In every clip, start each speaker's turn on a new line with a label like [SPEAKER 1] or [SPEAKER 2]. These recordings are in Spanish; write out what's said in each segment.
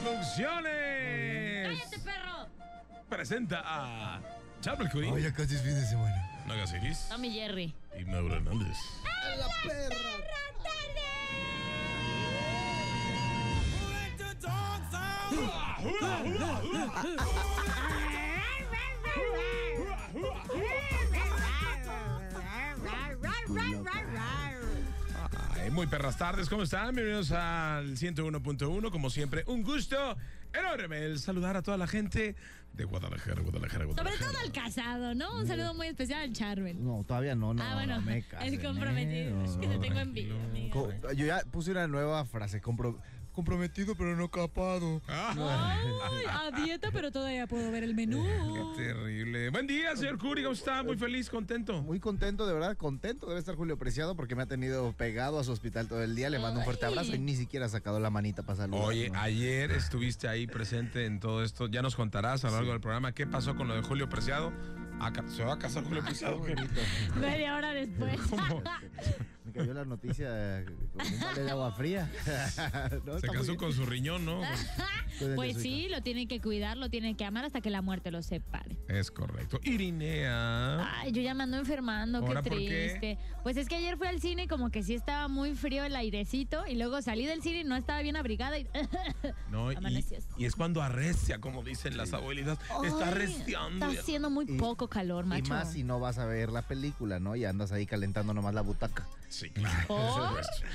[SPEAKER 1] Producciones
[SPEAKER 2] este perro!
[SPEAKER 1] presenta a Charles Queen.
[SPEAKER 3] Oye, casi es fin de semana.
[SPEAKER 1] Nagasiris
[SPEAKER 2] Tommy Jerry.
[SPEAKER 1] y Mauro Hernández. Ay, muy perras tardes, ¿cómo están? Bienvenidos al 101.1, como siempre, un gusto enorme el saludar a toda la gente de Guadalajara, Guadalajara,
[SPEAKER 2] Sobre
[SPEAKER 1] Guadalajara.
[SPEAKER 2] todo al casado, ¿no? Un saludo muy especial al Charvel.
[SPEAKER 3] No, todavía no, no.
[SPEAKER 2] ah, bueno,
[SPEAKER 3] no me casen,
[SPEAKER 2] el comprometido.
[SPEAKER 3] eh,
[SPEAKER 2] es que
[SPEAKER 3] no.
[SPEAKER 2] te tengo envidia, amiga.
[SPEAKER 3] Co- Yo ya puse una nueva frase. compro- comprometido, pero no capado.
[SPEAKER 2] Ay, a dieta, pero todavía puedo ver el menú.
[SPEAKER 1] Qué terrible. Buen día, señor Curi, ¿cómo está? Muy feliz, contento.
[SPEAKER 3] Muy contento, de verdad, contento. Debe estar Julio Preciado porque me ha tenido pegado a su hospital todo el día. Le mando un fuerte
[SPEAKER 2] Ay.
[SPEAKER 3] abrazo y ni siquiera ha sacado la manita para saludar.
[SPEAKER 1] Oye, ayer estuviste ahí presente en todo esto. Ya nos contarás a lo largo del programa qué pasó con lo de Julio Preciado. Ah, ca- ¿Se va a casar Julio Preciado?
[SPEAKER 2] Media hora después.
[SPEAKER 1] ¿Cómo?
[SPEAKER 3] Me cayó la noticia con un balde de agua fría. No,
[SPEAKER 1] Se
[SPEAKER 3] está muy
[SPEAKER 1] casó
[SPEAKER 3] bien.
[SPEAKER 1] con su riñón, ¿no?
[SPEAKER 3] Cuiden de
[SPEAKER 2] Pues
[SPEAKER 3] su
[SPEAKER 2] sí, lo tienen que cuidar, lo tienen que amar hasta que la muerte los separe.
[SPEAKER 1] Es correcto. Irinea.
[SPEAKER 2] Ay, yo ya me ando enfermando, qué
[SPEAKER 1] ¿Ahora por qué?
[SPEAKER 2] triste. Pues es que ayer fui al cine y como que sí estaba muy frío el airecito y luego salí del cine y no estaba bien abrigada y...
[SPEAKER 1] No, y,
[SPEAKER 2] amaneció.
[SPEAKER 1] y es cuando arrecia, como dicen las abuelitas. Está
[SPEAKER 2] Ay,
[SPEAKER 1] arreciando.
[SPEAKER 2] Está haciendo muy
[SPEAKER 3] Y-
[SPEAKER 2] poco calor,
[SPEAKER 3] hija.
[SPEAKER 2] macho.
[SPEAKER 3] Y más si no vas a ver la película, ¿no? Y andas ahí calentando nomás la butaca.
[SPEAKER 1] Sí, claro.
[SPEAKER 2] ¿Por?
[SPEAKER 1] por supuesto.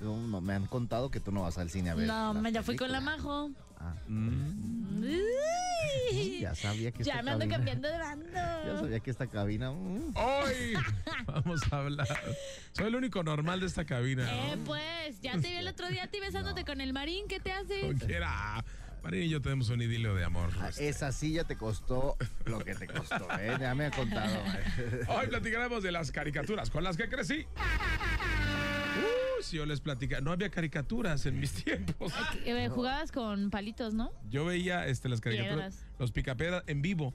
[SPEAKER 3] No, no, me han contado que tú no vas al cine a ver.
[SPEAKER 2] No,
[SPEAKER 3] las
[SPEAKER 2] me ya fui con la
[SPEAKER 3] películas.
[SPEAKER 2] majo.
[SPEAKER 3] Ah, mm,
[SPEAKER 1] Mm.
[SPEAKER 2] Uy,
[SPEAKER 3] ya sabía que este
[SPEAKER 2] ya
[SPEAKER 3] esta
[SPEAKER 2] me ando
[SPEAKER 3] cabina-
[SPEAKER 2] cambiando de bando.
[SPEAKER 3] Ya sabía que esta cabina. mm,
[SPEAKER 1] Hoy vamos a hablar. Soy el único normal de esta cabina. ¿no?
[SPEAKER 2] Eh, pues, ya te vi el otro día a ti besándote con el marín, ¿qué te hace?
[SPEAKER 1] Cualquiera. Marina y yo tenemos un idilio de amor.
[SPEAKER 3] ah, esa silla te costó lo que te costó, ¿eh? Ya me ha contado. ¿eh?
[SPEAKER 1] Hoy platicaremos de las caricaturas con las que crecí. Uh, si yo les platica, no había caricaturas en mis tiempos.
[SPEAKER 2] Eh, jugabas con palitos, ¿no?
[SPEAKER 1] Yo veía este, las caricaturas,
[SPEAKER 2] Piedras.
[SPEAKER 1] los picapiedras en vivo.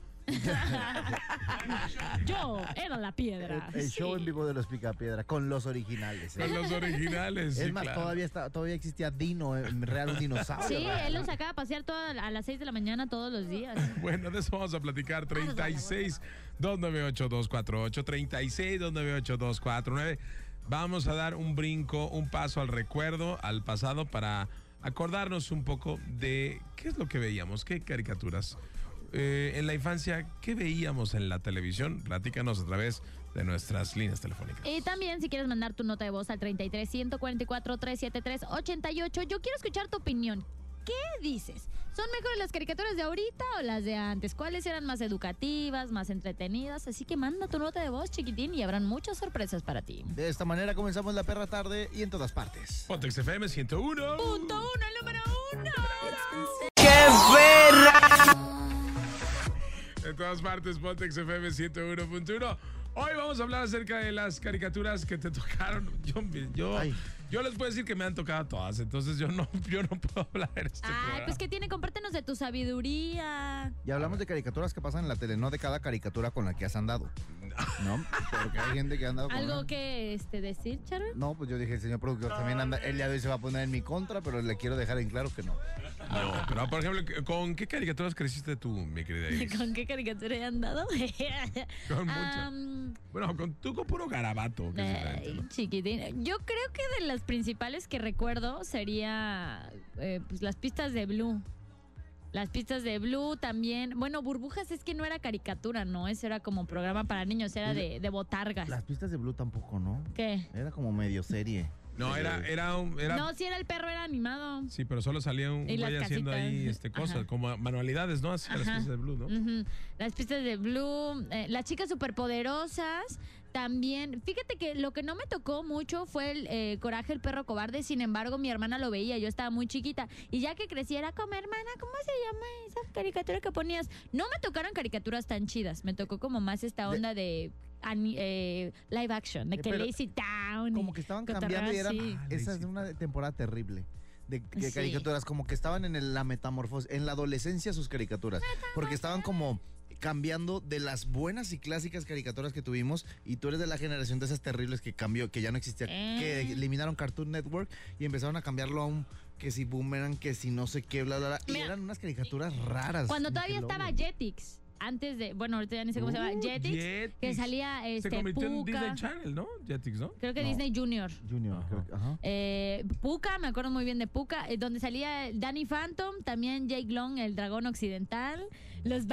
[SPEAKER 2] Yo era la piedra.
[SPEAKER 3] Ah. El show
[SPEAKER 2] Sí.
[SPEAKER 3] en vivo de los Picapiedra con los originales. ¿eh?
[SPEAKER 1] Con los originales. sí,
[SPEAKER 3] Es más,
[SPEAKER 1] claro.
[SPEAKER 3] todavía, está, todavía existía Dino, eh, real un dinosaurio.
[SPEAKER 2] Sí,
[SPEAKER 3] ¿verdad?
[SPEAKER 2] él los sacaba a pasear toda- a las 6 de la mañana todos los días.
[SPEAKER 1] Bueno, de eso vamos a platicar. 36 298 248 36 298 249. Vamos a dar un brinco, un paso al recuerdo, al pasado, para acordarnos un poco de qué es lo que veíamos, qué caricaturas. Eh, en la infancia, ¿qué veíamos en la televisión? Platícanos a través de nuestras líneas telefónicas.
[SPEAKER 2] Y también si quieres mandar tu nota de voz al 33 144 373 88, yo quiero escuchar tu opinión. ¿Qué dices? ¿Son mejores las caricaturas de ahorita o las de antes? ¿Cuáles eran más educativas, más entretenidas? Así que manda tu nota de voz, chiquitín, y habrán muchas sorpresas para ti.
[SPEAKER 3] De esta manera comenzamos la perra tarde y en todas partes.
[SPEAKER 1] Pontex FM 101.
[SPEAKER 2] Punto uno, el número uno.
[SPEAKER 1] En todas partes, Pontex FM 101.1. Hoy vamos a hablar acerca de las caricaturas que te tocaron. Yo, yo,
[SPEAKER 3] Ay.
[SPEAKER 1] yo les puedo decir que me han tocado todas, entonces yo no, yo no puedo hablar en este
[SPEAKER 2] Ay,
[SPEAKER 1] programa.
[SPEAKER 2] pues que tiene, compártenos de tu sabiduría.
[SPEAKER 3] Y hablamos de caricaturas que pasan en la tele, no de cada caricatura con la que has andado. ¿No? Porque hay gente que ha andado con
[SPEAKER 2] ¿Algo
[SPEAKER 3] una-
[SPEAKER 2] que este, decir, Charol?
[SPEAKER 3] No, pues yo dije, el señor productor también anda. Él ya hoy se va a poner en mi contra, pero le quiero dejar en claro que no.
[SPEAKER 1] No, pero por ejemplo, ¿con qué caricaturas creciste tú, mi querida Iris?
[SPEAKER 2] ¿Con um, qué caricatura he andado?
[SPEAKER 1] Con muchas.
[SPEAKER 2] Am,
[SPEAKER 1] Bueno, con tú con puro garabato. que es diferente,
[SPEAKER 2] Ay,
[SPEAKER 1] ¿no?
[SPEAKER 2] Eh, chiquitín. Yo creo que de las principales que recuerdo sería eh, pues, las pistas de Blue. Las pistas de Blue también. Bueno, Burbujas es que no era caricatura, ¿no? Eso era como programa para niños, era de, de botargas.
[SPEAKER 3] Las pistas de Blue tampoco, ¿no?
[SPEAKER 2] ¿Qué?
[SPEAKER 3] Era como medio serie.
[SPEAKER 1] No, era, era un. Era,
[SPEAKER 2] No, si era el perro, era animado.
[SPEAKER 1] Sí, pero solo salía un
[SPEAKER 2] Y las
[SPEAKER 1] güey haciendo ahí
[SPEAKER 2] casitas.
[SPEAKER 1] este, cosas,
[SPEAKER 2] Ajá.
[SPEAKER 1] como manualidades, ¿no? Hacía las
[SPEAKER 2] Ajá. Mm,
[SPEAKER 1] cosas de blue, ¿no?
[SPEAKER 2] Ujú. Las pistas de Blue, eh, las chicas superpoderosas, También, fíjate que lo que no me tocó mucho fue el eh, coraje el perro cobarde, sin embargo mi hermana lo veía, yo estaba muy chiquita y ya que creciera como hermana, ¿cómo se llama esa caricatura que ponías? No me tocaron caricaturas tan chidas, me tocó como más esta onda de, ani- eh, live action, de
[SPEAKER 3] Eh,
[SPEAKER 2] que
[SPEAKER 3] pero-
[SPEAKER 2] Lazy Town.
[SPEAKER 3] Como que estaban
[SPEAKER 2] Cotorreo
[SPEAKER 3] cambiando y eran.
[SPEAKER 2] así.
[SPEAKER 3] ah, Esa es
[SPEAKER 1] Lazy
[SPEAKER 3] una temporada terrible. De, de
[SPEAKER 2] Sí.
[SPEAKER 3] caricaturas, como que estaban en el- la metamorfosis, en la adolescencia sus caricaturas. Porque estaban como cambiando de las buenas y clásicas caricaturas que tuvimos. Y tú eres de la generación de esas terribles que cambió, que ya no existía, que
[SPEAKER 2] Eh.
[SPEAKER 3] eliminaron Cartoon Network y empezaron a cambiarlo a un que si boomerang, que si no sé qué, bla, bla, bla. Y
[SPEAKER 2] Mira,
[SPEAKER 3] eran unas caricaturas raras.
[SPEAKER 2] Cuando todavía estaba
[SPEAKER 3] Nickelodeon.
[SPEAKER 2] Jetix, antes de, bueno, ahorita ya ni sé cómo se
[SPEAKER 1] Uh,
[SPEAKER 2] llama, Jetix, que
[SPEAKER 1] Jetix.
[SPEAKER 2] salía este,
[SPEAKER 1] Se convirtió en
[SPEAKER 2] Pucca,
[SPEAKER 1] Disney Channel, ¿no? Jetix, ¿no?
[SPEAKER 2] creo que
[SPEAKER 3] No.
[SPEAKER 2] Disney Junior.
[SPEAKER 3] Junior,
[SPEAKER 1] Ajá.
[SPEAKER 3] creo que- ajá.
[SPEAKER 2] Eh, Puka, me acuerdo muy bien de Puka, eh, donde salía Danny Phantom, también Jake Long, el dragón occidental, los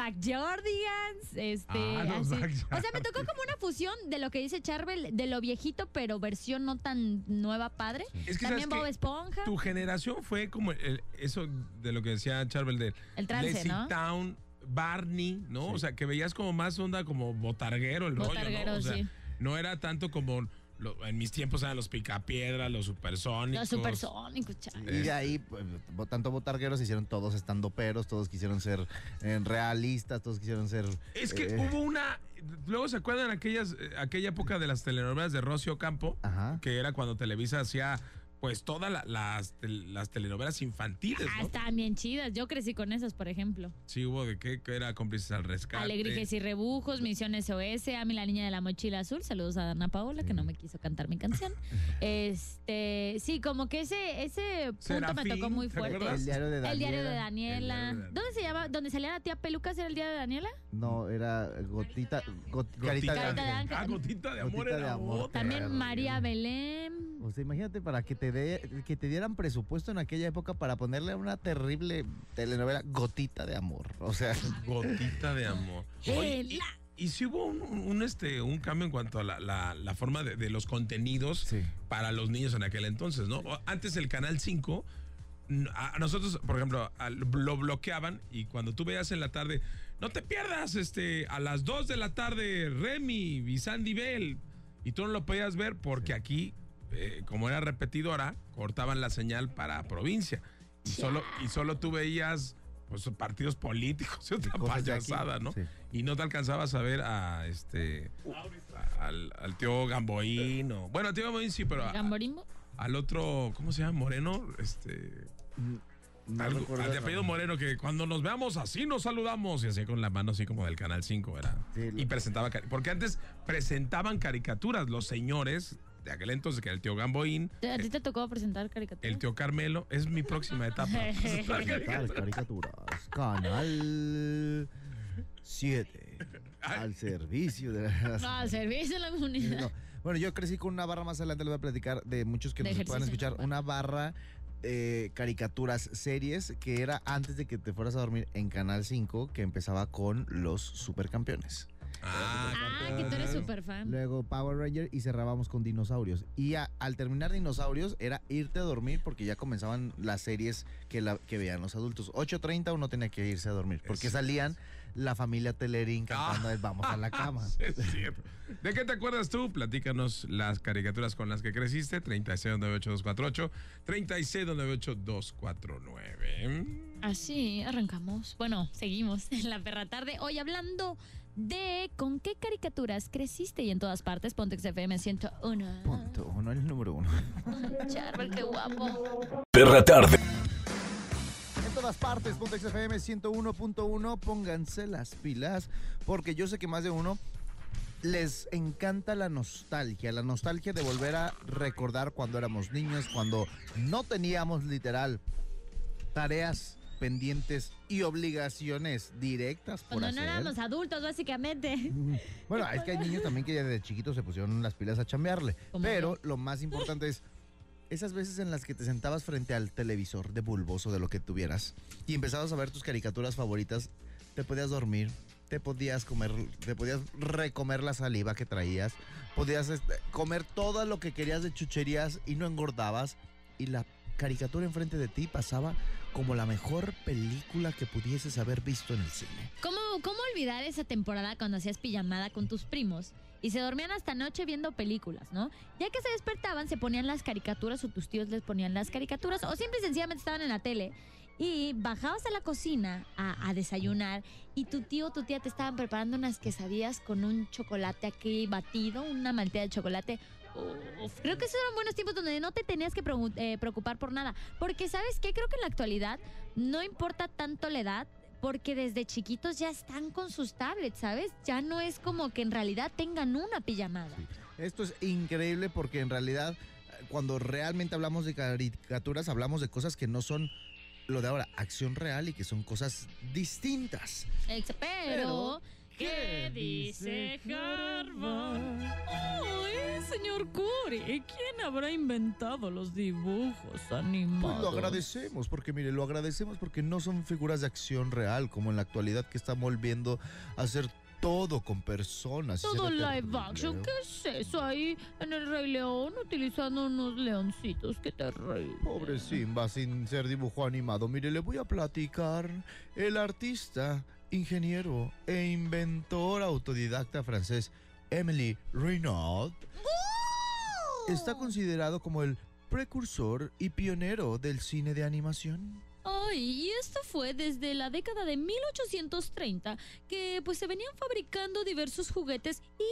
[SPEAKER 2] Backyardigans, este,
[SPEAKER 1] Ah, los
[SPEAKER 2] así.
[SPEAKER 1] Backyardigans.
[SPEAKER 2] o sea, me tocó como una fusión de lo que dice Charvel, de lo viejito, pero versión no tan nueva padre.
[SPEAKER 1] Es que,
[SPEAKER 2] también
[SPEAKER 1] ¿sabes qué?
[SPEAKER 2] Bob Esponja.
[SPEAKER 1] Tu generación fue como el- eso de lo que decía Charvel de
[SPEAKER 2] El trance,
[SPEAKER 1] Lazy
[SPEAKER 2] ¿no?
[SPEAKER 1] Town, Barney, ¿no?
[SPEAKER 3] Sí.
[SPEAKER 1] O sea, que veías como más onda como botarguero el rollo,
[SPEAKER 2] Botarguero,
[SPEAKER 1] ¿no? O sea,
[SPEAKER 2] sí.
[SPEAKER 1] no era tanto como lo- en mis tiempos eran los picapiedras, los supersónicos.
[SPEAKER 2] Los supersónicos, chaval.
[SPEAKER 3] Y de ahí, pues, bo- tanto botargueros se hicieron todos estando peros, todos quisieron ser eh, realistas, todos quisieron ser.
[SPEAKER 1] Es que
[SPEAKER 3] eh,
[SPEAKER 1] hubo una. Luego se acuerdan aquellas, eh, aquella época de las telenovelas de Rocio Campo,
[SPEAKER 3] Ajá.
[SPEAKER 1] que era cuando Televisa hacía pues todas la- las, tel- las telenovelas infantiles.
[SPEAKER 2] Ah,
[SPEAKER 1] ¿no?
[SPEAKER 2] estaban bien chidas. Yo crecí con esas, por ejemplo.
[SPEAKER 1] Sí, hubo de qué que era cómplices al rescate.
[SPEAKER 2] Alegrijes y rebujos, Misiones OS, a mí la niña de la mochila azul, saludos a Ana Paola, que no me quiso cantar mi canción. Este, sí, como que ese, ese punto me tocó
[SPEAKER 1] Serafín,
[SPEAKER 2] muy
[SPEAKER 1] ¿te
[SPEAKER 2] fuerte.
[SPEAKER 1] acuerdas?
[SPEAKER 3] El diario de Daniela.
[SPEAKER 2] El diario de
[SPEAKER 1] El
[SPEAKER 2] Daniela.
[SPEAKER 1] diario de
[SPEAKER 2] ¿Dónde se llama? ¿Dónde salía la tía Pelucas? ¿Era el diario de Daniela?
[SPEAKER 3] No, era gotita. got- carita, de
[SPEAKER 2] Carita de
[SPEAKER 3] ángel.
[SPEAKER 2] ángel.
[SPEAKER 1] Ah, gotita de amor
[SPEAKER 3] Gotita
[SPEAKER 1] era
[SPEAKER 3] de amor.
[SPEAKER 1] otra.
[SPEAKER 2] También
[SPEAKER 3] Claro,
[SPEAKER 2] María Belén.
[SPEAKER 3] O sea, imagínate para que te dé, que te dieran presupuesto en aquella época para ponerle una terrible telenovela gotita de amor. O sea,
[SPEAKER 1] Gotita de amor. Oye, y,
[SPEAKER 2] Gela.
[SPEAKER 1] y si hubo un, un, este, un cambio en cuanto a la, la- la forma de, de los contenidos
[SPEAKER 3] Sí.
[SPEAKER 1] para los niños en aquel entonces, ¿no? O- Antes el Canal 5, n- a a nosotros, por ejemplo, al- lo bloqueaban y cuando tú veías en la tarde, no te pierdas, este, a las 2 de la tarde, Remy y Sandy Bell, y tú no lo podías ver porque aquí, eh, como era repetidora, cortaban la señal para provincia. Y solo, y solo tú veías pues, partidos políticos y otra
[SPEAKER 3] cosas de aquí,
[SPEAKER 1] payasada, ¿no?
[SPEAKER 3] sí.
[SPEAKER 1] Y no te alcanzabas a ver a este a- al, al tío Gamboín o- bueno, al tío Gamboín sí, pero a-
[SPEAKER 2] Gamborimbo.
[SPEAKER 1] al otro, ¿cómo se llama? Moreno, este
[SPEAKER 3] no
[SPEAKER 1] algo-
[SPEAKER 3] recuerdo
[SPEAKER 1] al de
[SPEAKER 3] el
[SPEAKER 1] apellido
[SPEAKER 3] nombre.
[SPEAKER 1] Moreno que cuando nos veamos así nos saludamos y hacía con la mano así como del canal 5, era.
[SPEAKER 3] Sí, lo-
[SPEAKER 1] y presentaba cari- porque antes presentaban caricaturas los señores de aquel entonces que era el tío Gamboín,
[SPEAKER 2] ¿A ti te tocó presentar
[SPEAKER 1] Eh, el
[SPEAKER 2] caricaturas?
[SPEAKER 1] tío Carmelo, es mi próxima etapa.
[SPEAKER 3] Caricaturas, caricaturas. Canal 7. Al servicio de las.
[SPEAKER 2] No, Ah, al servicio de la
[SPEAKER 3] Sí,
[SPEAKER 2] comunidad.
[SPEAKER 3] no. Bueno, yo crecí con una barra más adelante, les voy a platicar de muchos que
[SPEAKER 2] De
[SPEAKER 3] nos puedan
[SPEAKER 2] ejercicio,
[SPEAKER 3] escuchar.
[SPEAKER 2] ¿no?
[SPEAKER 3] Una barra eh, caricaturas, series, que era antes de que te fueras a dormir en Canal 5, que empezaba con los supercampeones.
[SPEAKER 2] Ah, que tú eres súper fan.
[SPEAKER 3] Luego Power Ranger y cerrábamos con dinosaurios. Y a- al terminar dinosaurios era irte a dormir porque ya comenzaban las series que, la, que veían los adultos. 8.30 uno tenía que irse a dormir porque
[SPEAKER 1] Eso.
[SPEAKER 3] salían la familia Telerín cantando el Vamos a la cama.
[SPEAKER 1] Es cierto. ¿De qué te acuerdas tú? Platícanos las caricaturas con las que creciste. 3698248, 3698249.
[SPEAKER 2] Así arrancamos. Bueno, seguimos en la perra tarde. Hoy hablando de con qué caricaturas creciste y en todas partes. Pontex FM 101.
[SPEAKER 3] Punto uno, el número uno.
[SPEAKER 2] Charbel, qué guapo.
[SPEAKER 4] Perra tarde.
[SPEAKER 3] En todas partes, punto XFM 101.1, pónganse las pilas, porque yo sé que más de uno les encanta la nostalgia, la nostalgia de volver a recordar cuando éramos niños, cuando no teníamos literal tareas pendientes y obligaciones directas por
[SPEAKER 2] Cuando no
[SPEAKER 3] hacer.
[SPEAKER 2] éramos adultos, básicamente.
[SPEAKER 3] Bueno, es que hay niños también que ya desde chiquitos se pusieron las pilas a chambearle.
[SPEAKER 2] Como
[SPEAKER 3] Pero lo más importante es esas veces en las que te sentabas frente al televisor de bulboso de lo que tuvieras y empezabas a ver tus caricaturas favoritas, te podías dormir, te podías comer, te podías recomer la saliva que traías, podías este, comer todo lo que querías de chucherías y no engordabas y la caricatura enfrente de ti pasaba como la mejor película que pudieses haber visto en el cine.
[SPEAKER 2] ¿Cómo, ¿Cómo olvidar esa temporada cuando hacías pijamada con tus primos y se dormían hasta noche viendo películas, ¿no? Ya que se despertaban, se ponían las caricaturas o tus tíos les ponían las caricaturas o simple y sencillamente estaban en la tele y bajabas a la cocina a, a desayunar y tu tío o tu tía te estaban preparando unas quesadillas con un chocolate aquí batido, una malteada de chocolate. Uf, Creo que esos eran buenos tiempos donde no te tenías que pregu- eh, preocupar por nada. Porque, ¿sabes qué? Creo que en la actualidad no importa tanto la edad, porque desde chiquitos ya están con sus tablets, ¿sabes? Ya no es como que en realidad tengan una pijamada.
[SPEAKER 3] Esto es increíble porque en realidad eh, cuando realmente hablamos de caricaturas hablamos de cosas que no son lo de ahora, acción real y que son cosas distintas.
[SPEAKER 2] Ex- Pero, ¿qué dice Harvard? Ay, señor Curry, ¿quién habrá inventado los dibujos
[SPEAKER 3] Pues
[SPEAKER 2] animados?
[SPEAKER 3] lo agradecemos, porque mire, lo agradecemos porque no son figuras de acción real, como en la actualidad que están volviendo a hacer todo con personas. y se
[SPEAKER 2] Todo
[SPEAKER 3] ve
[SPEAKER 2] live
[SPEAKER 3] terrible.
[SPEAKER 2] action, ¿qué es eso ahí en el Rey León utilizando unos leoncitos? ¡Qué terrible!
[SPEAKER 3] Pobre Simba, sin ser dibujo animado. Mire, le voy a platicar. El artista, ingeniero e inventor autodidacta francés Emily Renaud
[SPEAKER 2] Oh.
[SPEAKER 3] está considerado como el precursor y pionero del cine de animación.
[SPEAKER 2] Ay, y esto fue desde la década de 1830 que pues se venían fabricando diversos juguetes y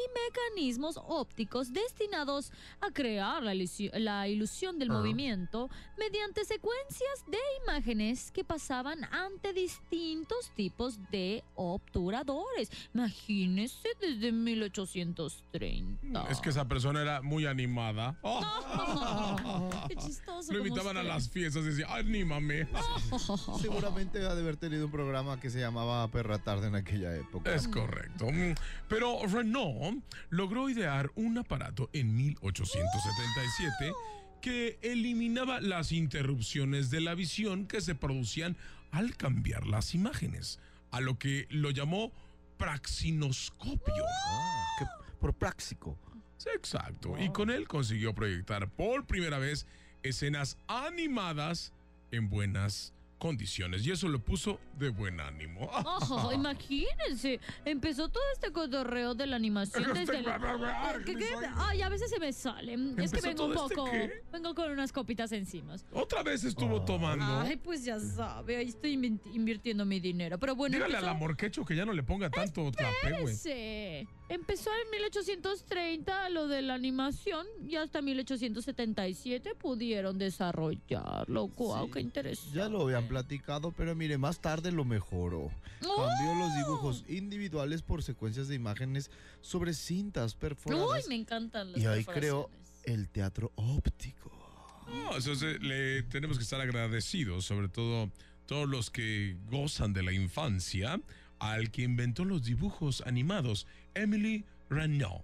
[SPEAKER 2] mecanismos ópticos destinados a crear la, ilusi- la ilusión del
[SPEAKER 3] Ah.
[SPEAKER 2] movimiento mediante secuencias de imágenes que pasaban ante distintos tipos de obturadores. Imagínese desde 1830.
[SPEAKER 1] Es que esa persona era muy animada. Oh,
[SPEAKER 2] Qué chistoso.
[SPEAKER 1] lo
[SPEAKER 2] como
[SPEAKER 1] invitaban a
[SPEAKER 2] usted.
[SPEAKER 1] las fiestas y decía, anímame.
[SPEAKER 3] Seguramente ha de haber tenido un programa que se llamaba Perra Tarde en aquella época.
[SPEAKER 1] Es correcto. Mm, Pero Renault logró idear un aparato en 1877
[SPEAKER 2] ¡Oh!
[SPEAKER 1] que eliminaba las interrupciones de la visión que se producían al cambiar las imágenes, a lo que lo llamó praxinoscopio.
[SPEAKER 2] ¡Oh!
[SPEAKER 3] Ah, que- por práctico.
[SPEAKER 1] Sí, exacto. Y con él consiguió proyectar por primera vez escenas animadas en buenas condiciones. Y eso lo puso de buen ánimo.
[SPEAKER 2] Ojo, imagínense, empezó todo este cotorreo de la animación
[SPEAKER 1] Este
[SPEAKER 2] desde la- ¿Qué, qué? Ay, a veces se me sale. Es que
[SPEAKER 1] ¿Empezó
[SPEAKER 2] vengo un
[SPEAKER 1] todo este
[SPEAKER 2] poco.
[SPEAKER 1] qué? ¿Oh?
[SPEAKER 2] vengo con unas copitas encima.
[SPEAKER 1] Otra vez estuvo tomando.
[SPEAKER 2] Ay, pues ya sabe, ahí estoy invin- invirtiendo mi dinero. Pero bueno,
[SPEAKER 1] Mm. Dígale al
[SPEAKER 2] empezó,
[SPEAKER 1] amorquecho que ya no le ponga tanto trapé, güey.
[SPEAKER 2] Ese. empezó en 1830 lo de la animación y hasta 1877 pudieron desarrollarlo. ¡Guau,
[SPEAKER 3] Sí,
[SPEAKER 2] qué interesante!
[SPEAKER 3] Ya lo habían platicado, pero mire, más tarde lo mejoró.
[SPEAKER 2] ¡Oh!
[SPEAKER 3] Cambió los dibujos individuales por secuencias de imágenes sobre cintas
[SPEAKER 2] ¡Uy,
[SPEAKER 3] perforadas
[SPEAKER 2] me encantan las
[SPEAKER 3] Y ahí creo-
[SPEAKER 2] perforaciones.
[SPEAKER 3] el teatro óptico.
[SPEAKER 1] No, eso se- le tenemos que estar agradecidos, sobre todo todos los que gozan de la infancia, al que inventó los dibujos animados, Emily Renault.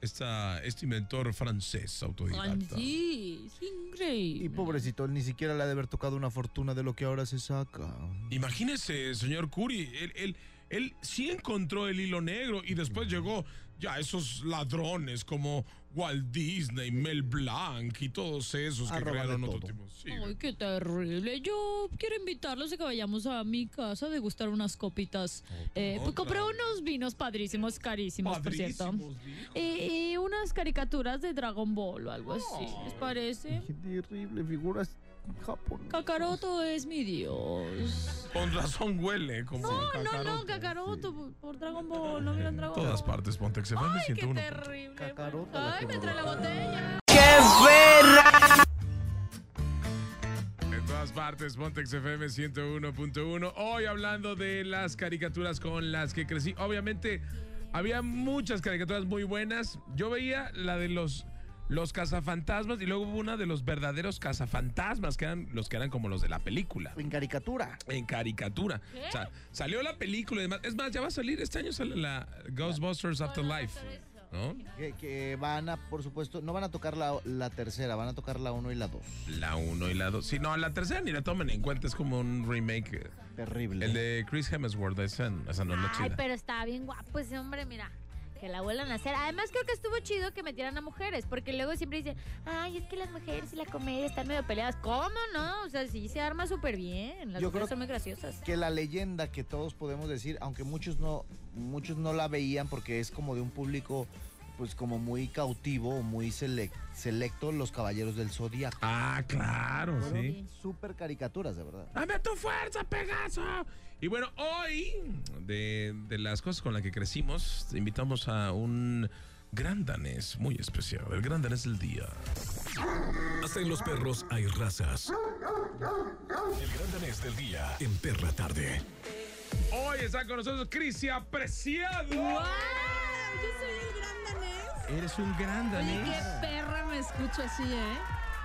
[SPEAKER 1] Esta, este inventor francés autodidacta.
[SPEAKER 2] Andy, es increíble.
[SPEAKER 3] Y pobrecito, él ni siquiera le ha de haber tocado una fortuna de lo que ahora se saca.
[SPEAKER 1] Imagínese, señor Curie, él, él, él sí encontró el hilo negro y después llegó ya esos ladrones como Walt Disney, Mel Blanc y todos esos
[SPEAKER 3] A
[SPEAKER 1] que
[SPEAKER 3] robarle
[SPEAKER 1] crearon otro
[SPEAKER 3] todo.
[SPEAKER 1] tipo. Sí,
[SPEAKER 2] Ay, qué terrible. Yo quiero invitarlos a que vayamos a mi casa a degustar unas copitas. Eh, pues,
[SPEAKER 1] otra
[SPEAKER 2] compré
[SPEAKER 1] vez.
[SPEAKER 2] unos vinos padrísimos, carísimos, por cierto.
[SPEAKER 1] Padrísimos, dijo.
[SPEAKER 2] Y, y unas caricaturas de Dragon Ball o algo así, ¿les parece?
[SPEAKER 3] Qué terrible, figuras japonesas.
[SPEAKER 2] Kakaroto es mi dios.
[SPEAKER 1] Con razón huele como
[SPEAKER 2] No, no,
[SPEAKER 1] cacarote.
[SPEAKER 2] Kakaroto, por, por Dragon Ball, no miran Dragon
[SPEAKER 1] Todas
[SPEAKER 2] Ball.
[SPEAKER 1] partes, Pontex FM
[SPEAKER 2] Ay, qué
[SPEAKER 1] 101.
[SPEAKER 2] terrible.
[SPEAKER 3] Kakaroto, la
[SPEAKER 2] Ay,
[SPEAKER 3] que
[SPEAKER 2] me trae la
[SPEAKER 3] me-
[SPEAKER 2] botella.
[SPEAKER 1] En todas partes, Pontex FM 101.1. Hoy hablando de las caricaturas con las que crecí. Obviamente, había muchas caricaturas muy buenas. Yo veía la de los. Los cazafantasmas y luego hubo una de los verdaderos cazafantasmas, que eran los que eran como los de la película,
[SPEAKER 3] En caricatura.
[SPEAKER 1] en caricatura. O sea, salió la película y demás. Es más, ya va a salir, este año sale la Ghostbusters Afterlife, ¿no?
[SPEAKER 3] Que, que van a, por supuesto, no van a tocar la, la tercera, van a tocar la uno y la dos.
[SPEAKER 1] La 1 y la 2. Sí, no, la tercera ni la tomen en cuenta, es como un remake. eh,
[SPEAKER 3] Terrible.
[SPEAKER 1] El de Chris Hemsworth, esa, esa no es la
[SPEAKER 5] Ay,
[SPEAKER 1] chida.
[SPEAKER 5] pero estaba bien guapo ese hombre, mira.
[SPEAKER 2] que la vuelvan a hacer. Además, creo que estuvo chido que metieran a mujeres, porque luego siempre dicen, ay, es que las mujeres y la comedia están medio peleadas. ¿Cómo no? O sea, sí se arma súper bien. Las
[SPEAKER 3] Yo creo
[SPEAKER 2] mujeres son muy graciosas.
[SPEAKER 3] que la leyenda que todos podemos decir, aunque muchos no, muchos no la veían porque es como de un público pues como muy cautivo, muy selec- selecto, los caballeros del zodiaco.
[SPEAKER 1] Ah, claro, sí.
[SPEAKER 3] Fueron Súper caricaturas, de verdad.
[SPEAKER 1] ¡Dame tu fuerza, Pegaso! Y bueno, hoy, de, de las cosas con las que crecimos, te invitamos a un gran danés muy especial. El gran danés del día.
[SPEAKER 4] Hasta en los perros hay razas. El gran danés del día en Perra Tarde.
[SPEAKER 1] Hoy está con nosotros Crisia Preciado.
[SPEAKER 5] Ay, Yo soy el gran danés.
[SPEAKER 1] Eres un gran
[SPEAKER 5] Oye, qué perra me escucho así, ¿eh?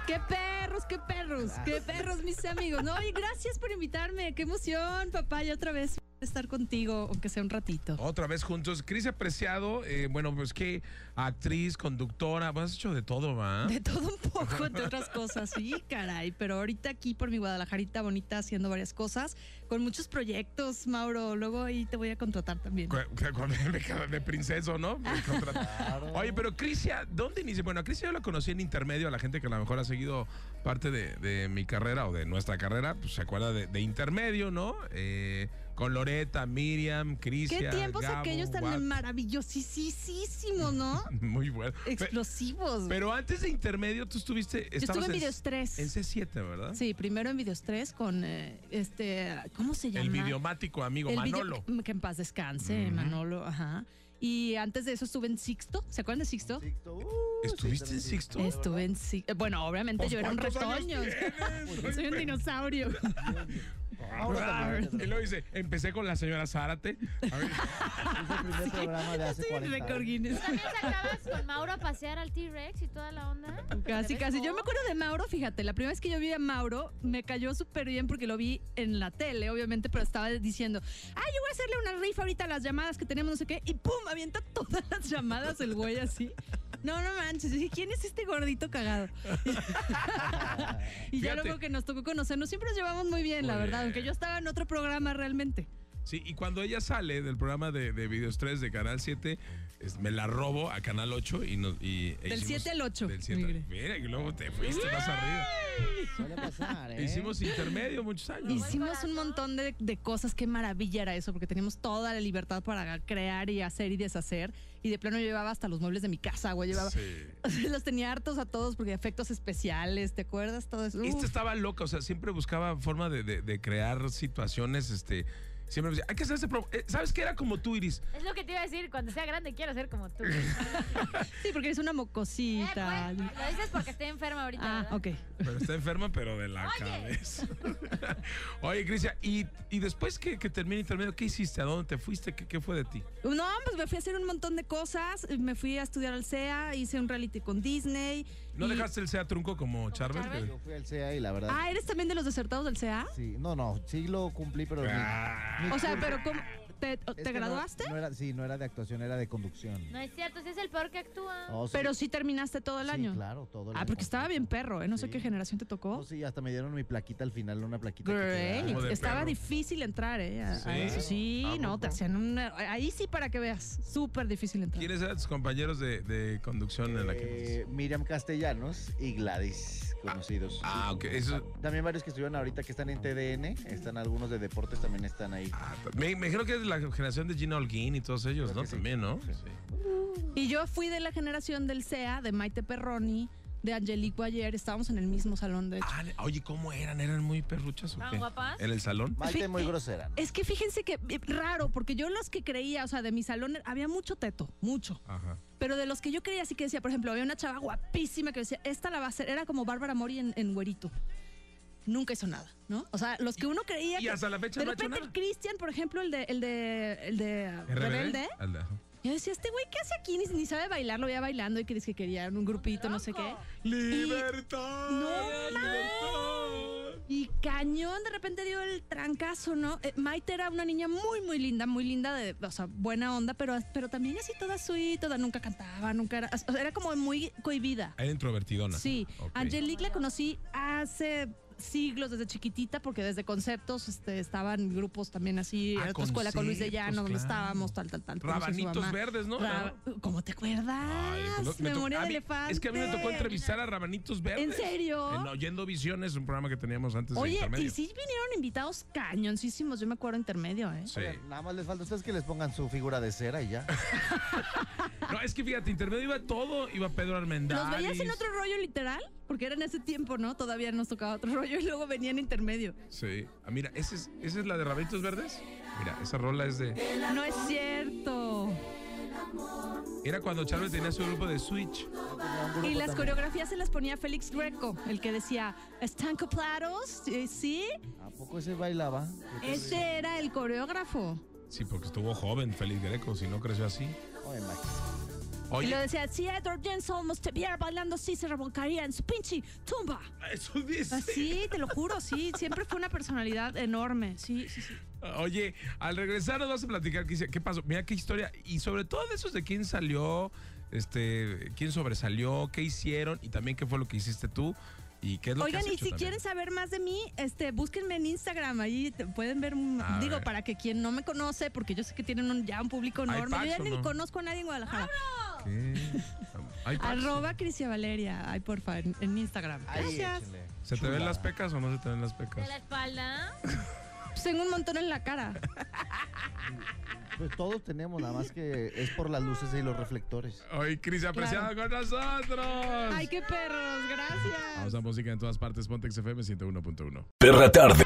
[SPEAKER 5] ¡Qué perros, qué perros! ¡Qué perros, mis amigos! No, y gracias por invitarme. ¡Qué emoción, papá! Y otra vez estar contigo, aunque sea un ratito.
[SPEAKER 1] Otra vez juntos. Crisia Preciado, eh, bueno, pues qué actriz, conductora, pues, has hecho de todo, ¿va?
[SPEAKER 5] De todo un poco, de otras cosas, sí, caray. Pero ahorita aquí por mi Guadalajarita bonita haciendo varias cosas, con muchos proyectos, Mauro. Luego ahí te voy a contratar también.
[SPEAKER 1] Cu- cu- Cuando me quedo de princeso, ¿no? Me contrata- Oye, pero Crisia, ¿dónde inicia? Bueno, a Crisia yo la conocí en intermedio, a la gente que a lo mejor ha seguido parte de, de mi carrera o de nuestra carrera, pues se acuerda de, de intermedio, ¿no? Eh, con Loreta, Miriam, Crisia.
[SPEAKER 5] ¡Qué tiempos
[SPEAKER 1] Gabo,
[SPEAKER 5] aquellos
[SPEAKER 1] Wat-
[SPEAKER 5] tan maravillosísimos, ¿no?
[SPEAKER 1] Muy bueno. Pe-
[SPEAKER 5] Explosivos.
[SPEAKER 1] Pero antes de intermedio, tú estuviste. estabas
[SPEAKER 5] estuve en Videos
[SPEAKER 1] En
[SPEAKER 5] 3.
[SPEAKER 1] C7, ¿verdad?
[SPEAKER 5] Sí, primero en Videos 3 con eh, este, ¿cómo se llama?
[SPEAKER 1] El videomático amigo
[SPEAKER 5] El video-
[SPEAKER 1] Manolo.
[SPEAKER 5] que en paz descanse,
[SPEAKER 1] Ujú.
[SPEAKER 5] Manolo, ajá. Y antes de eso estuve en Sixto, ¿se acuerdan de Sixto?
[SPEAKER 3] Sixto, uh,
[SPEAKER 1] ¿Estuviste
[SPEAKER 3] sí,
[SPEAKER 1] en
[SPEAKER 3] sí,
[SPEAKER 1] Sixto?
[SPEAKER 3] sí,
[SPEAKER 5] Estuve en Sixto. Bueno, obviamente yo era un
[SPEAKER 1] ¿Cuántos años
[SPEAKER 5] retoño.
[SPEAKER 1] tienes? Pues, ah,
[SPEAKER 5] Soy un dinosaurio.
[SPEAKER 3] Ahora también.
[SPEAKER 1] Y luego dice, empecé con la señora Zárate. A ver,
[SPEAKER 3] Es el primer programa de hace
[SPEAKER 5] Sí,
[SPEAKER 3] 40
[SPEAKER 5] récord
[SPEAKER 3] años.
[SPEAKER 5] Guinness.
[SPEAKER 2] ¿También sacabas con Mauro a pasear al T-Rex y toda la onda?
[SPEAKER 5] Casi, casi. Yo me acuerdo de Mauro, fíjate, la primera vez que yo vi a Mauro me cayó súper bien porque lo vi en la tele, obviamente, pero estaba diciendo, ay, yo voy a hacerle una rifa ahorita a las llamadas que tenemos, no sé qué, y pum, avienta todas las llamadas el güey así. No, no manches, dije, ¿quién es este gordito cagado? y ya
[SPEAKER 1] Fíjate.
[SPEAKER 5] luego que nos tocó conocernos, siempre nos llevamos muy bien, la
[SPEAKER 1] Muy
[SPEAKER 5] verdad,
[SPEAKER 1] bien.
[SPEAKER 5] aunque yo estaba en otro programa realmente.
[SPEAKER 1] Sí, y cuando ella sale del programa de, de Videos 3 de Canal 7, es- me la robo a Canal 8 y nos. y- e
[SPEAKER 5] Del
[SPEAKER 1] hicimos-
[SPEAKER 5] 7 al 8,
[SPEAKER 1] Del 7
[SPEAKER 5] migre.
[SPEAKER 1] Mira, y luego te fuiste más arriba.
[SPEAKER 3] Suele pasar, ¿eh?
[SPEAKER 1] Hicimos intermedio muchos años.
[SPEAKER 5] Hicimos
[SPEAKER 2] corazón.
[SPEAKER 5] un montón de, de cosas, qué maravilla era eso, porque teníamos toda la libertad para crear y hacer y deshacer. Y de plano yo llevaba hasta los muebles de mi casa, güey. Llevaba,
[SPEAKER 1] Sí.
[SPEAKER 5] Los tenía hartos a todos porque efectos especiales, ¿te acuerdas? Todo eso.
[SPEAKER 1] Esta
[SPEAKER 5] Uf,
[SPEAKER 1] estaba loca, o sea, siempre buscaba forma de, de- de crear situaciones, este. Siempre me decía, hay que hacer ese pro- eh, ¿Sabes qué era como tú, Iris?
[SPEAKER 2] Es lo que te iba a decir, cuando sea grande quiero ser como tú.
[SPEAKER 5] sí, porque eres una mocosita.
[SPEAKER 2] Eh, pues, lo dices porque estoy enferma ahorita.
[SPEAKER 5] ah,
[SPEAKER 2] ¿verdad?
[SPEAKER 5] ok.
[SPEAKER 1] Pero está enferma, pero de la
[SPEAKER 2] Oye.
[SPEAKER 1] cabeza. Oye, Crisia, ¿y, y después que, que termina intermedio, ¿qué hiciste? ¿A dónde te fuiste? ¿Qué, qué fue de ti?
[SPEAKER 5] No, pues me fui a hacer un montón de cosas. Me fui a estudiar al CEA, hice un reality con Disney.
[SPEAKER 1] ¿No
[SPEAKER 5] y-
[SPEAKER 1] dejaste el sea trunco como Charbel?
[SPEAKER 2] Charbel.
[SPEAKER 3] Yo fui al CEA y la verdad.
[SPEAKER 5] Ah, ¿eres también de los desertados del CEA?
[SPEAKER 3] Sí, no, no, sí lo cumplí, pero. ni-
[SPEAKER 1] Ah.
[SPEAKER 5] O sea, pero ¿cómo? ¿Te,
[SPEAKER 3] es
[SPEAKER 5] te
[SPEAKER 3] que no-
[SPEAKER 5] graduaste?
[SPEAKER 3] No, era, sí, no era de actuación, era de conducción.
[SPEAKER 2] No es cierto, si es el peor que actúa.
[SPEAKER 3] No, sí,
[SPEAKER 5] Pero sí terminaste todo el
[SPEAKER 3] sí,
[SPEAKER 5] año.
[SPEAKER 3] Claro, todo el
[SPEAKER 5] Ah,
[SPEAKER 3] año
[SPEAKER 5] porque estaba bien
[SPEAKER 3] completo.
[SPEAKER 5] perro, ¿eh? No sé
[SPEAKER 3] Sí.
[SPEAKER 5] qué generación te
[SPEAKER 3] No,
[SPEAKER 5] tocó.
[SPEAKER 3] sí, hasta me dieron mi plaquita al final, una plaquita. que te
[SPEAKER 5] Great.
[SPEAKER 3] dan.
[SPEAKER 1] Como de
[SPEAKER 5] Estaba
[SPEAKER 1] perro. Ah,
[SPEAKER 5] difícil entrar, ¿eh? A- a
[SPEAKER 1] Sí.
[SPEAKER 5] eso. Sí,
[SPEAKER 1] ¿A
[SPEAKER 5] no,
[SPEAKER 1] poco?
[SPEAKER 5] te hacían una. Ahí sí, para que veas. Súper difícil entrar.
[SPEAKER 1] ¿Quiénes eran tus compañeros de, de conducción en la que
[SPEAKER 3] Eh, Miriam Castellanos y Gladys, conocidos.
[SPEAKER 1] Ah, ok. Eso,
[SPEAKER 3] También varios que estuvieron ahorita que están en TDN, están algunos de deportes también están ahí.
[SPEAKER 1] ah, me, me creo que es de la generación de Gina Holguín y todos ellos,
[SPEAKER 3] Creo
[SPEAKER 1] ¿no?
[SPEAKER 3] que sí.
[SPEAKER 1] También, ¿no?
[SPEAKER 3] Sí.
[SPEAKER 5] Y yo fui de la generación del CEA, de Maite Perroni, de Angelique Boyer. Estábamos en el mismo salón, de hecho.
[SPEAKER 1] Ah, oye, ¿cómo eran? ¿Eran muy perruchas o
[SPEAKER 2] ¿Tan
[SPEAKER 1] qué?
[SPEAKER 2] guapas?
[SPEAKER 1] ¿En el salón?
[SPEAKER 3] Maite
[SPEAKER 5] Sí,
[SPEAKER 3] muy
[SPEAKER 5] eh,
[SPEAKER 3] grosera. ¿no?
[SPEAKER 5] Es que fíjense que eh, raro, porque yo los que creía, o sea, de mi salón había mucho teto, mucho.
[SPEAKER 1] Ajá.
[SPEAKER 5] Pero de los que yo creía, sí que decía, por ejemplo, había una chava guapísima que decía, esta la va a hacer. Era como Bárbara Mori en, en Güerito. Nunca hizo nada, ¿no? O sea, los que uno creía
[SPEAKER 1] Y
[SPEAKER 5] que.
[SPEAKER 1] hasta la fecha
[SPEAKER 5] De
[SPEAKER 1] no ha hecho
[SPEAKER 5] repente
[SPEAKER 1] nada.
[SPEAKER 5] el Cristian, por ejemplo, el de, el de, el de uh, Rebelde,
[SPEAKER 1] Alda.
[SPEAKER 5] yo decía, este güey, ¿qué hace aquí? Ni, ni sabe bailar, lo veía bailando y que dice que quería un grupito, no sé qué.
[SPEAKER 1] ¡Libertad!
[SPEAKER 5] No
[SPEAKER 1] ¡Libertad!
[SPEAKER 5] Y cañón, de repente dio el trancazo, ¿no? Eh, Maite era una niña muy, muy linda, muy linda, de, o sea, buena onda, pero, pero también así toda sweet, toda, nunca cantaba, nunca era, o sea, era como muy cohibida.
[SPEAKER 1] Era introvertidona.
[SPEAKER 5] Sí,
[SPEAKER 1] Ok.
[SPEAKER 5] Angelique la conocí hace siglos desde chiquitita, porque desde conceptos este, estaban grupos también así,
[SPEAKER 1] Ah,
[SPEAKER 5] en otra escuela con Luis de
[SPEAKER 1] Conceptos,
[SPEAKER 5] Llano, donde
[SPEAKER 1] claro.
[SPEAKER 5] estábamos, tal, tal,
[SPEAKER 1] Pues
[SPEAKER 5] tal. conocí a su
[SPEAKER 1] Rabanitos
[SPEAKER 5] mamá.
[SPEAKER 1] verdes, ¿no?
[SPEAKER 5] Ra- ¿Cómo te acuerdas?
[SPEAKER 1] Ay, pues, me tocó-
[SPEAKER 5] Ah, Memoria
[SPEAKER 1] a
[SPEAKER 5] de
[SPEAKER 1] mí-
[SPEAKER 5] elefante.
[SPEAKER 1] Es que a mí me tocó entrevistar a Rabanitos Verdes.
[SPEAKER 5] ¿En serio?
[SPEAKER 1] En Oyendo Visiones, un programa que teníamos antes de
[SPEAKER 5] Oye,
[SPEAKER 1] Intermedio.
[SPEAKER 5] y sí vinieron invitados cañoncísimos, yo me acuerdo intermedio, ¿eh?
[SPEAKER 1] Sí.
[SPEAKER 3] Oigan, Nada más les falta a ustedes que les pongan su figura de cera y ya.
[SPEAKER 1] No, es que fíjate, Intermedio iba todo, iba Pedro
[SPEAKER 5] ¿Los
[SPEAKER 1] Armendáriz.
[SPEAKER 5] veías en otro rollo literal? Porque era en ese tiempo, ¿no? Todavía nos tocaba otro rollo y luego venían intermedio.
[SPEAKER 1] Sí. Ah, mira, ¿esa es, esa es la de Rabanitos Verdes? Mira, esa rola es de...
[SPEAKER 5] No es cierto.
[SPEAKER 1] Era cuando Chávez tenía su grupo de Switch. Ah,
[SPEAKER 5] Y las coreografías se las ponía Félix Greco, el que decía, ¿están coplados? Eh, Sí,
[SPEAKER 3] ¿A poco ese bailaba?
[SPEAKER 5] ese era el coreógrafo.
[SPEAKER 1] Sí, porque estuvo joven Félix Greco, si no creció así.
[SPEAKER 3] Oye, Max.
[SPEAKER 5] Y lo
[SPEAKER 1] Oye,
[SPEAKER 5] decía, si Edward Jensen nos te viera bailando, sí se revolcaría en su pinche tumba.
[SPEAKER 1] eso dice.
[SPEAKER 5] Así, te lo juro, sí, siempre fue una personalidad enorme, sí, sí, sí.
[SPEAKER 1] Oye, al regresar nos vas a platicar qué, hice- qué pasó. Mira qué historia. Y sobre todo de esos de quién salió, este, quién sobresalió, qué hicieron y también qué fue lo que hiciste tú y qué es lo
[SPEAKER 5] Oigan,
[SPEAKER 1] que has
[SPEAKER 5] y
[SPEAKER 1] hecho
[SPEAKER 5] si
[SPEAKER 1] también.
[SPEAKER 5] quieren saber más de mí, este, búsquenme en Instagram, ahí te- pueden ver, un-
[SPEAKER 1] A
[SPEAKER 5] digo,
[SPEAKER 1] ver.
[SPEAKER 5] para que quien no me conoce, porque yo sé que tienen un- ya un público
[SPEAKER 1] ¿Hay
[SPEAKER 5] enorme, yo ya
[SPEAKER 1] packs o
[SPEAKER 5] ni
[SPEAKER 1] no? Ah,
[SPEAKER 5] conozco a nadie en Guadalajara.
[SPEAKER 1] ¿Qué? Ay, Pax,
[SPEAKER 5] Arroba Crisia Valeria, ay porfa, en, en Instagram.
[SPEAKER 3] Ahí,
[SPEAKER 5] Gracias.
[SPEAKER 3] échenle.
[SPEAKER 1] ¿Se te ven las pecas o no se te ven las
[SPEAKER 2] ¿De
[SPEAKER 1] pecas?
[SPEAKER 2] la espalda?
[SPEAKER 5] Pues tengo un montón en la cara.
[SPEAKER 3] Pues todos tenemos, nada más que es por las luces y los reflectores.
[SPEAKER 1] Oye, Cris, apreciada con nosotros.
[SPEAKER 5] Ay, qué perros, gracias.
[SPEAKER 1] Vamos a música en todas partes, Pontex FM 101.1.
[SPEAKER 4] Perra tarde.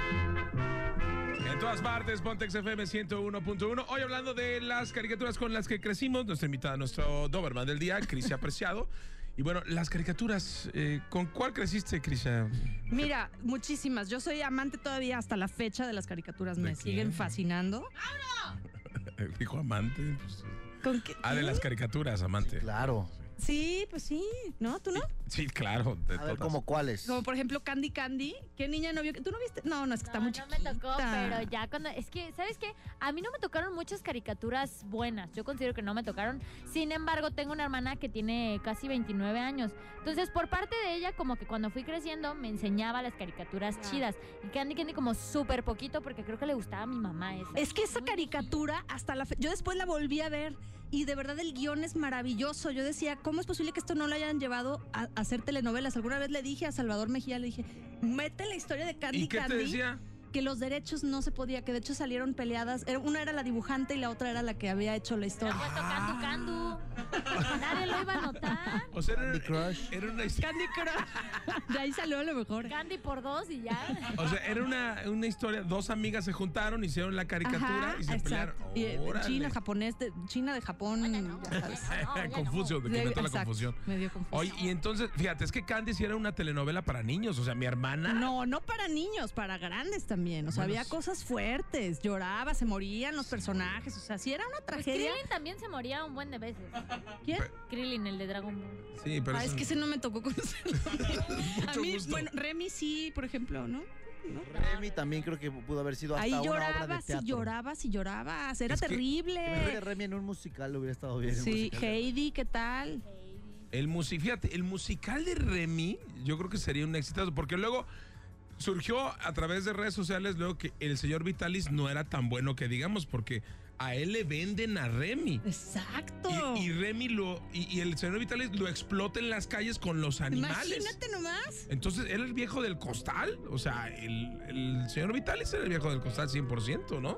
[SPEAKER 1] En todas partes, Pontex FM 101.1. Hoy hablando de las caricaturas con las que crecimos, nuestra invitada, nuestro Doberman del día, Crisia Apreciado. Y bueno, las caricaturas, eh, ¿con cuál creciste, Crisia?
[SPEAKER 5] Mira, muchísimas. Yo soy amante todavía hasta la fecha de las caricaturas.
[SPEAKER 1] ¿De
[SPEAKER 5] Me
[SPEAKER 1] qué?
[SPEAKER 5] siguen fascinando.
[SPEAKER 1] Dijo amante. pues,
[SPEAKER 5] ¿Con qué? ¿Mm?
[SPEAKER 1] ah, de las caricaturas, amante.
[SPEAKER 3] Claro.
[SPEAKER 5] Sí, pues sí. ¿No? ¿Tú no?
[SPEAKER 1] Sí, claro. de
[SPEAKER 3] A ver,
[SPEAKER 1] todas.
[SPEAKER 3] ¿como cuáles?
[SPEAKER 5] Como por ejemplo Candy Candy. ¿Qué niña no vio? ¿Tú no viste? No, no, es que está muy
[SPEAKER 2] no
[SPEAKER 5] chiquita.
[SPEAKER 2] me tocó, pero ya cuando. Es que, ¿sabes qué? A mí no me tocaron muchas caricaturas buenas. Yo considero que no me tocaron. Sin embargo, tengo una hermana que tiene casi 29 años. Entonces, por parte de ella, como que cuando fui creciendo, me enseñaba las caricaturas
[SPEAKER 5] Claro.
[SPEAKER 2] chidas. Y Candy Candy, como súper poquito, porque creo que le gustaba a mi mamá esa.
[SPEAKER 5] Es que esa
[SPEAKER 2] Muy
[SPEAKER 5] caricatura, hasta la fe- yo después la volví a ver y de verdad el guión es maravilloso. Yo decía, ¿cómo es posible que esto no lo hayan llevado a, a hacer telenovelas? Alguna vez le dije a Salvador Mejía, le dije, mete la historia de Candy
[SPEAKER 1] ¿Y qué te
[SPEAKER 5] Candy,
[SPEAKER 1] decía?
[SPEAKER 5] que los derechos no se podía, que de hecho salieron peleadas. Era- Una era la dibujante y la otra era la que había hecho la
[SPEAKER 2] Pero
[SPEAKER 5] historia.
[SPEAKER 2] pues tocando Candu. Nadie lo iba a notar.
[SPEAKER 1] O sea, era,
[SPEAKER 3] Candy Crush.
[SPEAKER 1] era una historia.
[SPEAKER 5] Candy Crush. De ahí salió a lo mejor.
[SPEAKER 2] Candy por dos y ya.
[SPEAKER 1] O sea, era una, una historia. Dos amigas se juntaron, hicieron la caricatura
[SPEAKER 5] Ajá,
[SPEAKER 1] y se
[SPEAKER 5] exacto. Y, eh,
[SPEAKER 1] pelearon. Órale.
[SPEAKER 5] China, japonés, de- China de Japón. ya sabes.
[SPEAKER 1] Confucio, de que
[SPEAKER 5] De-
[SPEAKER 1] inventó la
[SPEAKER 5] exacto,
[SPEAKER 1] confusión.
[SPEAKER 5] me dio confusión.
[SPEAKER 1] Oye, y entonces, fíjate, es que Candy sí era una telenovela para niños. O sea, mi hermana.
[SPEAKER 5] No, no para niños, para grandes también. O sea,
[SPEAKER 1] Bueno,
[SPEAKER 5] había
[SPEAKER 1] sí.
[SPEAKER 5] cosas fuertes. Lloraba, se morían los personajes. O sea, sí era una
[SPEAKER 2] Pues
[SPEAKER 5] tragedia.
[SPEAKER 2] Krillin también se moría un buen de veces.
[SPEAKER 5] ¿Quién?
[SPEAKER 2] Krillin, el de Dragon Ball.
[SPEAKER 1] Sí, pero.
[SPEAKER 5] Ah,
[SPEAKER 1] eso-
[SPEAKER 5] es que ese no me tocó conocerlo. A
[SPEAKER 1] Mucho
[SPEAKER 5] mí,
[SPEAKER 1] gusto.
[SPEAKER 5] bueno, Remy sí, por ejemplo, ¿no?
[SPEAKER 3] Remy también creo que pudo haber sido hasta
[SPEAKER 5] Ahí
[SPEAKER 3] una obra de
[SPEAKER 5] llorabas y
[SPEAKER 3] teatro.
[SPEAKER 5] llorabas y llorabas. ah, Era
[SPEAKER 1] Es que-
[SPEAKER 3] Que me acuerde
[SPEAKER 5] terrible.
[SPEAKER 3] Remy en un musical hubiera estado bien. en un
[SPEAKER 5] Sí,
[SPEAKER 3] musical.
[SPEAKER 5] Heidi, ¿qué tal?
[SPEAKER 1] El musi- fíjate, el musical de Remy, yo creo que sería un exitazo, porque luego surgió a través de redes sociales luego que el señor Vitalis no era tan bueno que digamos, porque a él le venden a Remy.
[SPEAKER 5] Exacto.
[SPEAKER 1] Y, y Remy lo. Y, y el señor Vitalis lo explota en las calles con los animales.
[SPEAKER 5] Imagínate nomás.
[SPEAKER 1] Entonces, era el viejo del costal. O sea, el, el señor Vitalis era el viejo del costal 100%, ¿no?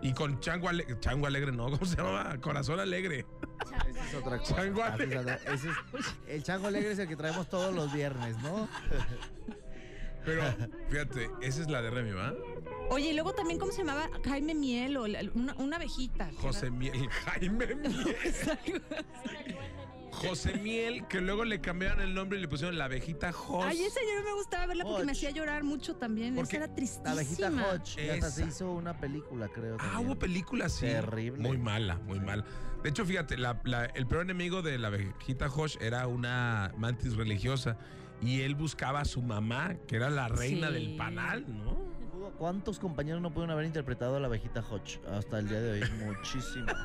[SPEAKER 1] Y con Chango Alegre, Chango Alegre, ¿no? ¿Cómo se llamaba? Corazón Alegre.
[SPEAKER 3] Esa es otra cosa.
[SPEAKER 1] Chango
[SPEAKER 3] Ah, sí, ese es- el chango alegre es el que traemos todos los viernes, ¿no?
[SPEAKER 1] Pero, fíjate, esa es la de Remy, ¿va?
[SPEAKER 5] Oye, y luego también, ¿cómo se llamaba? Jaime Miel o la- una, una abejita.
[SPEAKER 1] José Miel, Jaime Miel. José Miel, que luego le cambiaron el nombre y le pusieron la abejita Jos.
[SPEAKER 5] Ay, esa yo no me gustaba verla porque me
[SPEAKER 3] Hodge.
[SPEAKER 5] hacía llorar mucho también.
[SPEAKER 1] ¿Por qué?
[SPEAKER 5] Esa era
[SPEAKER 3] La abejita
[SPEAKER 5] tristísima.
[SPEAKER 3] Hodge. que hasta se
[SPEAKER 1] Esa.
[SPEAKER 3] hizo una película, creo.
[SPEAKER 1] Ah,
[SPEAKER 3] también.
[SPEAKER 1] hubo películas, sí.
[SPEAKER 3] Terrible.
[SPEAKER 1] Muy mala, muy
[SPEAKER 3] Sí.
[SPEAKER 1] mala. De hecho, fíjate, la- la- el peor enemigo de la abejita Josh era una mantis religiosa y él buscaba a su mamá, que era la reina
[SPEAKER 5] Sí.
[SPEAKER 1] del panal, ¿no?
[SPEAKER 3] Pudo ¿Cuánto- ¿Cuántos compañeros no pueden haber interpretado a la abejita Hodge hasta el día de hoy? Muchísimas.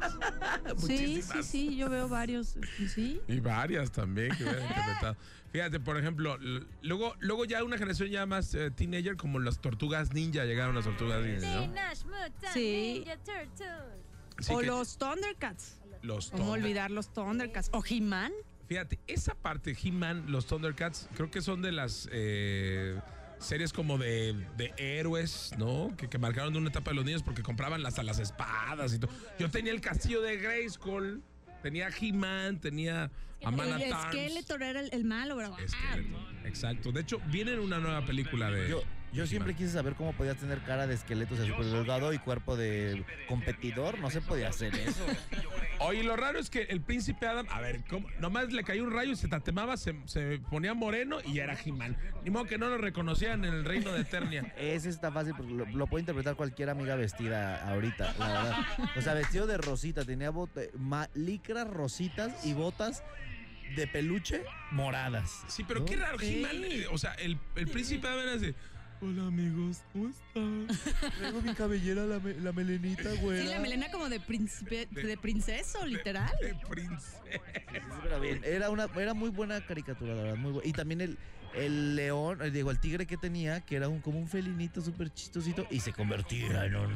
[SPEAKER 5] Sí, sí, sí, yo veo varios. Sí.
[SPEAKER 1] Y varias también que hubieran interpretado. Fíjate, por ejemplo, l- luego, luego ya una generación ya más eh, teenager, como las tortugas ninja, llegaron las tortugas ninja, ¿no?
[SPEAKER 2] Teenage Mutant
[SPEAKER 5] Sí.
[SPEAKER 2] Ninja Turtles.
[SPEAKER 1] Así
[SPEAKER 5] o
[SPEAKER 1] que
[SPEAKER 5] los Thundercats.
[SPEAKER 1] los
[SPEAKER 5] ¿Cómo
[SPEAKER 1] Thunder-
[SPEAKER 5] olvidar los Thundercats? ¿O He-Man?
[SPEAKER 1] Fíjate, esa parte, He-Man, los Thundercats, creo que son de las eh, series como de, de héroes, ¿no? Que, que marcaron una etapa de los niños porque compraban hasta las espadas y todo. Yo tenía el castillo de Grayskull, tenía He-Man, tenía a Man
[SPEAKER 5] El
[SPEAKER 1] at Arms.
[SPEAKER 5] esqueleto era el, el malo, bro.
[SPEAKER 1] Esqueleto, Exacto. De hecho, viene una nueva película de.
[SPEAKER 3] Yo, yo
[SPEAKER 1] de
[SPEAKER 3] siempre
[SPEAKER 1] He-Man.
[SPEAKER 3] quise saber cómo podías tener cara de esqueleto, o sea, súper delgado y cuerpo de competidor. No se podía hacer eso.
[SPEAKER 1] Oye, lo raro es que el príncipe Adam, a ver, ¿cómo? nomás le cayó un rayo y se tatemaba, se, se ponía moreno y ya era He-Man. Ni modo que no lo reconocían en el reino de Eternia.
[SPEAKER 3] Ese está fácil porque lo, lo puede interpretar cualquier amiga vestida ahorita, la verdad. O sea, vestido de rosita, tenía bote- ma- licras rositas y botas de peluche moradas.
[SPEAKER 1] Sí, pero
[SPEAKER 3] ¿no?
[SPEAKER 1] qué raro,
[SPEAKER 5] Sí.
[SPEAKER 1] He-Man. eh, O sea, el, el príncipe Adam era así. Hola amigos, ¿cómo están?
[SPEAKER 3] Traigo mi cabellera, la, me- la melenita, güey.
[SPEAKER 5] Sí, la melena como de, príncipe, de princeso, literal.
[SPEAKER 1] De princesa.
[SPEAKER 3] Era, una, era muy buena caricatura, la verdad. Muy buena. Y también el, el león, eh, digo, el tigre que tenía, que era un, como un felinito súper chistosito y se convertía en un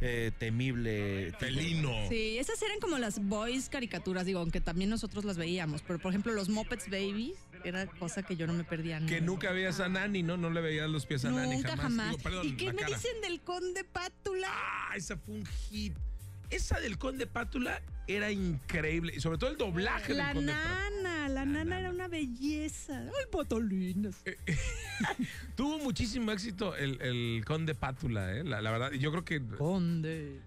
[SPEAKER 3] eh, temible tigre.
[SPEAKER 1] Felino.
[SPEAKER 5] Sí, esas eran como las boys caricaturas, digo, aunque también nosotros las veíamos. Pero, por ejemplo, los Muppets Babies era cosa que yo no me perdía.
[SPEAKER 1] Que
[SPEAKER 5] nunca.
[SPEAKER 1] nunca veías a Nani, ¿no? No le veías los pies a Nani
[SPEAKER 5] Nunca
[SPEAKER 1] jamás.
[SPEAKER 5] jamás.
[SPEAKER 1] Digo, perdón,
[SPEAKER 5] ¿Y qué
[SPEAKER 1] la
[SPEAKER 5] me
[SPEAKER 1] cara.
[SPEAKER 5] dicen del conde Pátula?
[SPEAKER 1] ¡Ah! Esa fue un hit. Esa del Conde Pátula era increíble. Y sobre todo el doblaje
[SPEAKER 5] La
[SPEAKER 1] Ah, del Conde Pátula.
[SPEAKER 5] nana, la nana era una belleza. Ay, patolinas.
[SPEAKER 1] Tuvo muchísimo éxito el, el Conde Pátula, ¿eh? la, la verdad. y Yo creo que. le-
[SPEAKER 5] Conde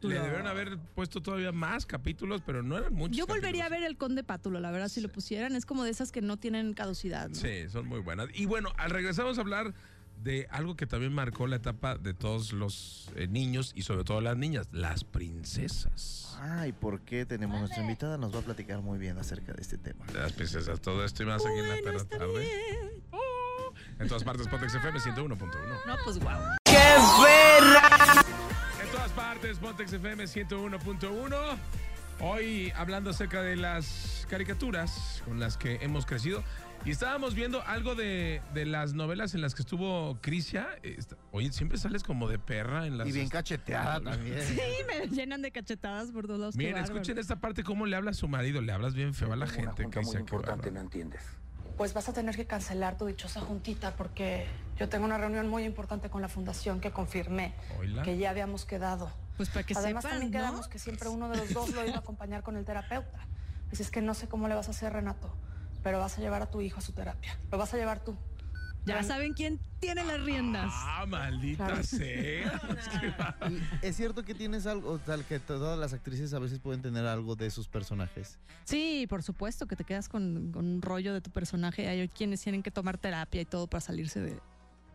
[SPEAKER 1] Le, debieron haber puesto todavía más capítulos, pero no eran muchos.
[SPEAKER 5] Yo volvería a
[SPEAKER 1] capítulos.
[SPEAKER 5] ver el conde Pátula, la verdad, si lo pusieran. Es como de esas que no tienen caducidad. ¿no?
[SPEAKER 1] Sí, son muy buenas. Y bueno, al regresar vamos a hablar de algo que también marcó la etapa de todos los eh, niños y sobre todo las niñas, las princesas.
[SPEAKER 3] Ay, ¿por qué tenemos nuestra invitada? Nos va a platicar muy bien acerca de este tema.
[SPEAKER 1] Las princesas, todo esto y más aquí en la perra tarde. En todas partes, Pontex FM 101.1.
[SPEAKER 5] No, pues guau.
[SPEAKER 1] En todas partes, Pontex FM 101.1. Hoy hablando acerca de las caricaturas con las que hemos crecido. Y estábamos viendo algo de, de las novelas en las que estuvo Crisia. Esta- Oye, siempre sales como de perra en las.
[SPEAKER 3] Y bien cacheteada también.
[SPEAKER 5] Y me llenan de cachetadas por todos lados. qué
[SPEAKER 1] Miren,
[SPEAKER 5] bárbaro.
[SPEAKER 1] escuchen esta parte cómo le habla a su marido. Le hablas bien feo a la gente, Crisia. qué bárbaro.
[SPEAKER 6] entiendes?
[SPEAKER 7] Pues vas a tener que cancelar tu dichosa juntita porque yo tengo una reunión muy importante con la fundación que confirmé
[SPEAKER 1] Oila.
[SPEAKER 7] que ya habíamos quedado.
[SPEAKER 5] Pues para que
[SPEAKER 7] Además
[SPEAKER 5] sepan,
[SPEAKER 7] también
[SPEAKER 5] ¿no?
[SPEAKER 7] quedamos que siempre uno de los dos lo iba a acompañar con el terapeuta. Así es que no sé cómo le vas a hacer, Renato, pero vas a llevar a tu hijo a su terapia. Lo vas a llevar tú.
[SPEAKER 5] Ya saben quién tiene las riendas.
[SPEAKER 1] Ah, maldita
[SPEAKER 7] Claro.
[SPEAKER 1] sea. Qué bárbaro.
[SPEAKER 3] Y es cierto que tienes algo, tal que todas las actrices a veces pueden tener algo de sus personajes.
[SPEAKER 5] Sí, por supuesto que te quedas con, con un rollo de tu personaje. Hay quienes tienen que tomar terapia y todo para salirse de-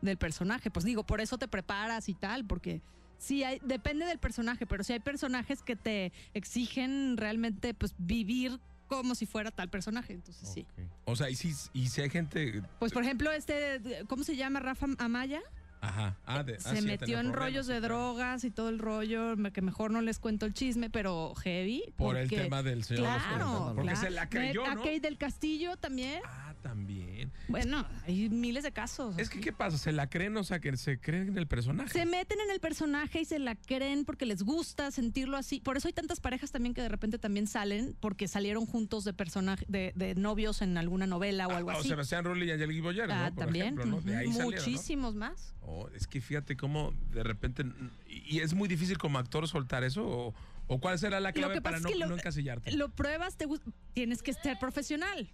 [SPEAKER 5] del personaje. Pues digo, por eso te preparas y tal, porque sí, hay, depende del personaje, pero sí hay personajes que te exigen realmente pues vivir como si fuera tal personaje. Entonces sí.
[SPEAKER 1] O sea, y si, y si hay gente.
[SPEAKER 5] Pues por ejemplo, este, ¿cómo se llama Rafa Amaya?
[SPEAKER 1] Ajá. Ah, de- ah, sí,
[SPEAKER 5] se
[SPEAKER 1] ya
[SPEAKER 5] metió
[SPEAKER 1] tenía
[SPEAKER 5] en
[SPEAKER 1] problemas,
[SPEAKER 5] rollos de
[SPEAKER 1] sí, claro.
[SPEAKER 5] drogas y todo el rollo, me- que mejor no les cuento el chisme, pero heavy.
[SPEAKER 1] Por el
[SPEAKER 5] porque-
[SPEAKER 1] tema del señor
[SPEAKER 5] Claro,
[SPEAKER 1] Oscar. Porque
[SPEAKER 5] claro.
[SPEAKER 1] se la creyó,
[SPEAKER 5] Ve A
[SPEAKER 1] ¿no?
[SPEAKER 5] Kate del Castillo también.
[SPEAKER 1] Ah, también.
[SPEAKER 5] Bueno, hay miles de casos.
[SPEAKER 1] Es que, ¿qué pasa? ¿Se la creen? O sea, que se creen en el personaje.
[SPEAKER 5] se meten en el personaje y se la creen porque les gusta sentirlo así. Por eso hay tantas parejas también que de repente también salen porque salieron juntos de personaje, de, de novios en alguna novela o
[SPEAKER 1] Ah,
[SPEAKER 5] algo
[SPEAKER 1] o
[SPEAKER 5] así.
[SPEAKER 1] Sebastián Rulli y Angelique Boyer,
[SPEAKER 5] Ah,
[SPEAKER 1] ¿no? Por
[SPEAKER 5] también.
[SPEAKER 1] ejemplo, ¿no? De ahí
[SPEAKER 5] ujú,
[SPEAKER 1] salieron, ¿no?
[SPEAKER 5] Muchísimos más.
[SPEAKER 1] Oh, es que fíjate cómo de repente. Y y es muy difícil como actor soltar eso. ¿O, o cuál será la
[SPEAKER 5] Lo
[SPEAKER 1] clave
[SPEAKER 5] que
[SPEAKER 1] para
[SPEAKER 5] pasa
[SPEAKER 1] no,
[SPEAKER 5] es que lo-
[SPEAKER 1] no encasillarte?
[SPEAKER 5] Lo pruebas, te gus- tienes que ser profesional.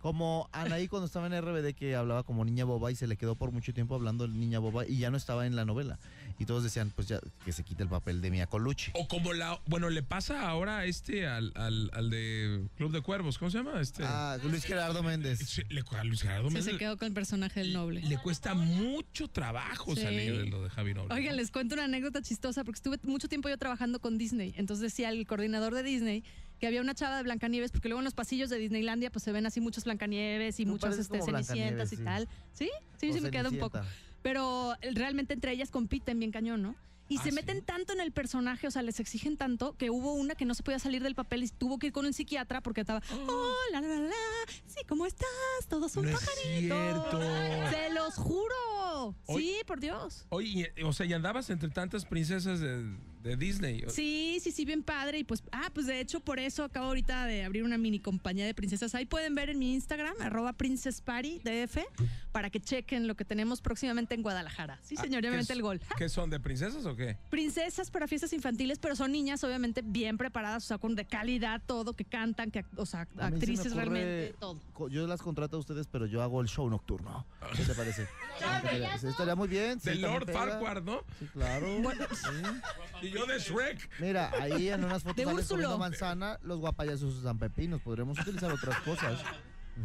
[SPEAKER 3] Como Anaí cuando estaba en RBD que hablaba como niña boba y se le quedó por mucho tiempo hablando de niña boba y ya no estaba en la novela. Y todos decían, pues ya que se quite el papel de Mia Colucci.
[SPEAKER 1] O como la. Bueno, le pasa ahora a este al, al, al de Club de Cuervos. ¿Cómo se llama? Este.
[SPEAKER 3] Ah, Luis Gerardo Méndez.
[SPEAKER 1] Sí, le, a Luis Gerardo
[SPEAKER 5] Sí,
[SPEAKER 1] Méndez
[SPEAKER 5] se
[SPEAKER 1] le-
[SPEAKER 5] quedó con el personaje del noble.
[SPEAKER 1] Le cuesta mucho trabajo
[SPEAKER 5] Sí.
[SPEAKER 1] salir de lo de Javi Noble.
[SPEAKER 5] Oigan,
[SPEAKER 1] ¿no?
[SPEAKER 5] les cuento una anécdota chistosa porque estuve mucho tiempo yo trabajando con Disney. Entonces decía el coordinador de Disney que había una chava de Blancanieves porque luego en los pasillos de Disneylandia pues se ven así muchos Blancanieves y
[SPEAKER 3] Tú
[SPEAKER 5] muchas
[SPEAKER 3] pareces
[SPEAKER 5] este,
[SPEAKER 3] como
[SPEAKER 5] cenicientas
[SPEAKER 3] Blancanieves,
[SPEAKER 5] y
[SPEAKER 3] sí.
[SPEAKER 5] tal. ¿Sí? Sí, sí
[SPEAKER 3] O
[SPEAKER 5] me queda un poco.
[SPEAKER 3] Cenicienta.
[SPEAKER 5] Pero eh, realmente entre ellas compiten bien cañón, ¿no? Y
[SPEAKER 1] Ah,
[SPEAKER 5] se
[SPEAKER 1] ¿sí?
[SPEAKER 5] meten tanto en el personaje, o sea, les exigen tanto que hubo una que no se podía salir del papel y tuvo que ir con un psiquiatra porque estaba, oh, la, la, la, la, sí, ¿cómo estás? Todos son
[SPEAKER 1] No es
[SPEAKER 5] pajaritos.
[SPEAKER 1] cierto.
[SPEAKER 5] Se los juro.
[SPEAKER 1] Hoy-
[SPEAKER 5] Sí, por Dios.
[SPEAKER 1] Oye, y- eh, o sea, y andabas entre tantas princesas de, de Disney.
[SPEAKER 5] Sí, sí, sí, bien padre. Y pues, ah, pues de hecho, por eso acabo ahorita de abrir una mini compañía de princesas. Ahí pueden ver en mi Instagram, arroba Princess Party DF, para que chequen lo que tenemos próximamente en Guadalajara. Sí,
[SPEAKER 1] Ah,
[SPEAKER 5] señor, ya me
[SPEAKER 1] ¿qué
[SPEAKER 5] aventé
[SPEAKER 1] s-
[SPEAKER 5] el gol.
[SPEAKER 1] ¿Qué son, de princesas o qué?
[SPEAKER 5] Princesas para fiestas infantiles, pero son niñas obviamente bien preparadas, o sea, con de calidad todo, que cantan, que, act- o sea,
[SPEAKER 3] A mí se me
[SPEAKER 5] actrices
[SPEAKER 3] ocurre-
[SPEAKER 5] realmente, todo.
[SPEAKER 3] co- Yo las contrato a ustedes, pero yo hago el show nocturno. ¿Qué te parece? ¿Qué te parece? Estaría muy bien. sí,
[SPEAKER 1] De
[SPEAKER 3] también
[SPEAKER 1] Lord
[SPEAKER 3] pega.
[SPEAKER 1] Farquhar, ¿no?
[SPEAKER 3] Sí, claro. sí.
[SPEAKER 1] Y yo de Shrek.
[SPEAKER 3] Mira, ahí en unas fotos
[SPEAKER 5] De
[SPEAKER 3] sales
[SPEAKER 5] Úrsulo.
[SPEAKER 3] comiendo manzana, los guapayazos usan pepinos. Podríamos utilizar otras cosas.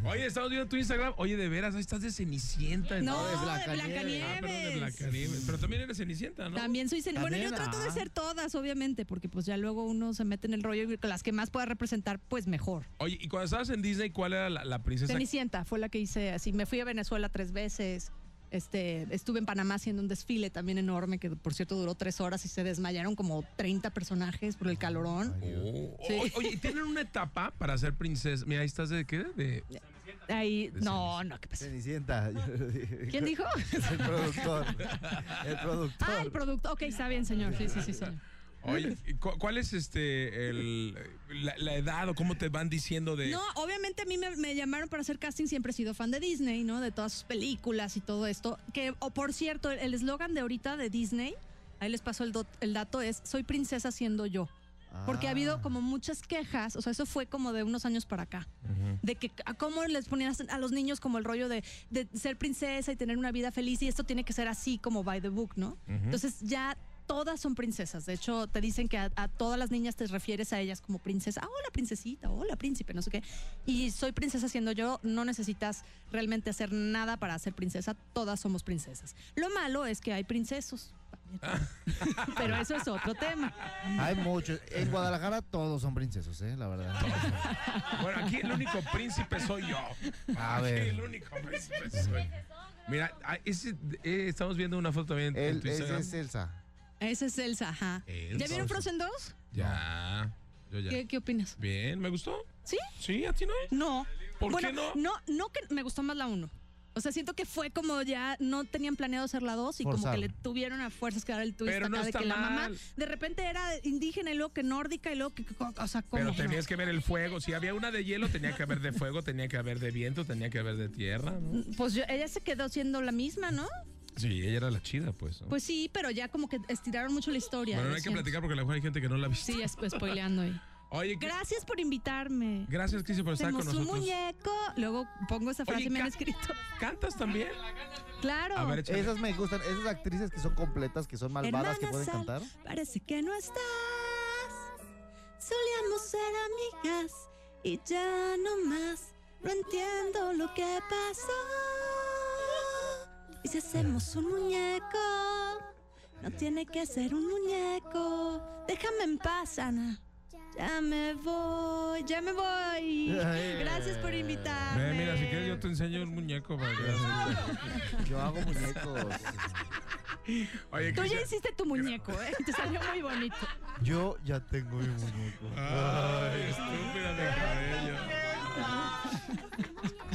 [SPEAKER 1] Oye, estamos viendo tu Instagram. Oye, de veras, ahí estás de Cenicienta.
[SPEAKER 5] No,
[SPEAKER 3] de
[SPEAKER 5] de
[SPEAKER 3] Blancanieves.
[SPEAKER 1] Ah,
[SPEAKER 5] Blancanieves.
[SPEAKER 1] perdón, de Blancanieves. Pero también eres Cenicienta, ¿no?
[SPEAKER 5] También soy cen- Bueno, yo
[SPEAKER 3] También,
[SPEAKER 5] trato de
[SPEAKER 3] ah.
[SPEAKER 5] ser todas, obviamente, porque pues ya luego uno se mete en el rollo y con las que más pueda representar, pues mejor.
[SPEAKER 1] Oye, y cuando estabas en Disney, ¿cuál era la, la princesa?
[SPEAKER 5] Cenicienta fue la que hice así. Me fui a Venezuela tres veces. Este, estuve en Panamá haciendo un desfile también enorme, que por cierto duró tres horas y se desmayaron como 30 personajes por el calorón.
[SPEAKER 1] Oh,
[SPEAKER 5] Sí.
[SPEAKER 1] o- Oye, ¿y ¿tienen una etapa para ser princesa? Mira, ahí estás de qué? De,
[SPEAKER 5] Ahí, no, no, ¿qué pasa?
[SPEAKER 3] Cenicienta. yo le dije.
[SPEAKER 5] ¿Quién dijo?
[SPEAKER 3] El productor. El productor.
[SPEAKER 5] Ah, el producto. Ok, está bien, señor. Sí, sí, sí, señor.
[SPEAKER 1] oye, ¿y cu- ¿cuál es este el, la, la edad o cómo te van diciendo de.
[SPEAKER 5] No, obviamente a mí me, me llamaron para hacer casting, siempre he sido fan de Disney, ¿no? De todas sus películas y todo esto. Que, o por cierto, el eslogan de ahorita de Disney, ahí les paso el, dot- el dato, es soy princesa siendo yo. Porque ha habido
[SPEAKER 3] Ah.
[SPEAKER 5] como muchas quejas, o sea, eso fue como de unos años para acá, de que a cómo les ponían a los niños como el rollo de, de ser princesa y tener una vida feliz y esto tiene que ser así como by the book, ¿no? Entonces ya todas son princesas, de hecho te dicen que a, a todas las niñas te refieres a ellas como princesa, "Ah, hola princesita, hola príncipe, no sé qué, y soy princesa siendo yo, no necesitas realmente hacer nada para ser princesa, todas somos princesas. Lo malo es que hay princesos. también. Pero eso es otro tema.
[SPEAKER 3] Ah, Hay muchos. En Guadalajara todos son princesos, ¿eh? La verdad.
[SPEAKER 1] Bueno, aquí el único príncipe soy yo.
[SPEAKER 3] A
[SPEAKER 1] aquí
[SPEAKER 3] ver.
[SPEAKER 1] el único príncipe soy Mira, ah, ese- eh, estamos viendo una foto también en
[SPEAKER 3] Él
[SPEAKER 1] tu
[SPEAKER 3] ese
[SPEAKER 1] Instagram.
[SPEAKER 3] es Elsa.
[SPEAKER 5] Ese es Elsa, ajá.
[SPEAKER 1] Elsa.
[SPEAKER 5] ¿Ya vieron Frozen 2?
[SPEAKER 1] Ya, yo ya.
[SPEAKER 5] ¿Qué, qué opinas?
[SPEAKER 1] Bien, ¿me gustó?
[SPEAKER 5] ¿Sí?
[SPEAKER 1] Sí, a ti no.
[SPEAKER 5] No.
[SPEAKER 1] ¿Por
[SPEAKER 5] bueno,
[SPEAKER 1] qué no?
[SPEAKER 5] No, no que me gustó más la 1. O sea, siento que fue como ya no tenían planeado hacer la 2 y como
[SPEAKER 3] Forzado.
[SPEAKER 5] que le tuvieron a fuerzas que dar el twist
[SPEAKER 1] Pero no
[SPEAKER 5] acá de
[SPEAKER 1] está
[SPEAKER 5] que la mamá
[SPEAKER 1] mal.
[SPEAKER 5] de repente era indígena y luego que nórdica y luego que, o sea, como
[SPEAKER 1] Pero tenías que ver el fuego. Si había una de hielo, tenía que haber de fuego, tenía que haber de viento, tenía que haber de tierra. ¿no?
[SPEAKER 5] pues yo- ella se quedó siendo la misma, ¿no?
[SPEAKER 1] Sí, ella era la chida, pues. ¿no?
[SPEAKER 5] Pues sí, pero ya como que estiraron mucho la historia.
[SPEAKER 1] bueno, no
[SPEAKER 5] lo
[SPEAKER 1] hay que
[SPEAKER 5] siento.
[SPEAKER 1] platicar porque a lo mejor hay gente que no la ha visto.
[SPEAKER 5] Sí, ya espo- spoileando ahí.
[SPEAKER 1] Oye, que-
[SPEAKER 5] Gracias por invitarme.
[SPEAKER 1] gracias, Cristi, por estar con
[SPEAKER 5] Tenemos un
[SPEAKER 1] nosotros.
[SPEAKER 5] muñeco. Luego pongo esa frase
[SPEAKER 1] Oye,
[SPEAKER 5] y me han
[SPEAKER 1] ca-
[SPEAKER 5] escrito.
[SPEAKER 1] ¿Cantas también?
[SPEAKER 5] Claro.
[SPEAKER 1] A ver, échale.
[SPEAKER 3] Esas me gustan. Esas actrices que son completas, que son malvadas, que
[SPEAKER 5] Hermana
[SPEAKER 3] pueden
[SPEAKER 5] Sal,
[SPEAKER 3] cantar.
[SPEAKER 5] Parece que no estás. Solíamos ser amigas y ya no más. No entiendo lo que pasó. Y si hacemos un muñeco, no tiene que ser un muñeco. Déjame en paz, Ana. Ya me voy, ya me voy. Gracias por invitarme.
[SPEAKER 1] Ve, mira, si quieres yo te enseño un muñeco para que veas.
[SPEAKER 3] Yo hago muñecos.
[SPEAKER 1] Oye,
[SPEAKER 5] Tú ya
[SPEAKER 1] Cristi-
[SPEAKER 5] hiciste tu muñeco, ¿eh? Te salió muy bonito.
[SPEAKER 3] Yo ya tengo mi muñeco.
[SPEAKER 1] Ay, estúpida de cabello.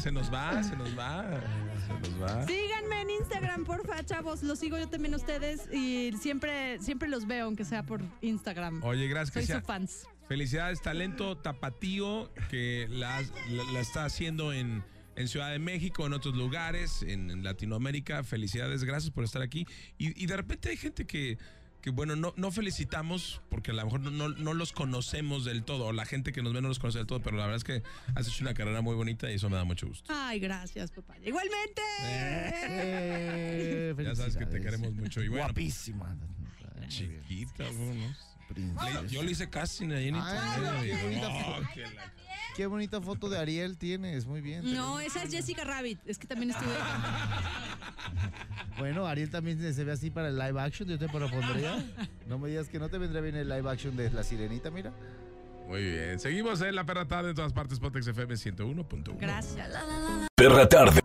[SPEAKER 1] Se nos va, se nos va. Se nos va.
[SPEAKER 5] Síganme en Instagram, porfa, chavos. Los sigo yo también a ustedes y siempre, siempre los veo, aunque sea por Instagram.
[SPEAKER 1] Oye, gracias,
[SPEAKER 5] Soy su
[SPEAKER 1] Cristian.
[SPEAKER 5] fans.
[SPEAKER 1] Felicidades, talento tapatío que la, la- la está haciendo en, en Ciudad de México, en otros lugares, en, en Latinoamérica. Felicidades, gracias por estar aquí. Y, y de repente hay gente que, que bueno, no, no felicitamos porque a lo mejor no, no- no los conocemos del todo, o la gente que nos ve no los conoce del todo, pero la verdad es que has hecho una carrera muy bonita y eso me da mucho gusto.
[SPEAKER 5] Ay, gracias, papá. Igualmente.
[SPEAKER 3] Eh,
[SPEAKER 1] Ya sabes que te
[SPEAKER 3] felicidades.
[SPEAKER 1] queremos mucho. Y bueno,
[SPEAKER 3] Guapísima.
[SPEAKER 1] chiquita, bueno,
[SPEAKER 3] Princesa.
[SPEAKER 1] le- yo le hice casting ahí en
[SPEAKER 3] Ay,
[SPEAKER 1] internet.
[SPEAKER 3] no,
[SPEAKER 1] y-
[SPEAKER 3] qué bonita
[SPEAKER 1] oh,
[SPEAKER 3] foto.
[SPEAKER 1] que la-
[SPEAKER 3] Qué bonita foto de Ariel tienes. Muy bien.
[SPEAKER 5] No, esa es Jessica Rabbit. Es que también estuve.
[SPEAKER 3] Bueno, Ariel también se ve así para el live action. Yo te propondría. No me digas que no te vendría bien el live action de La Sirenita, mira.
[SPEAKER 1] Muy bien,
[SPEAKER 6] Ah,
[SPEAKER 1] seguimos en la perra tarde en todas partes, Potex FM 101.1.
[SPEAKER 5] Gracias.
[SPEAKER 4] Perra tarde.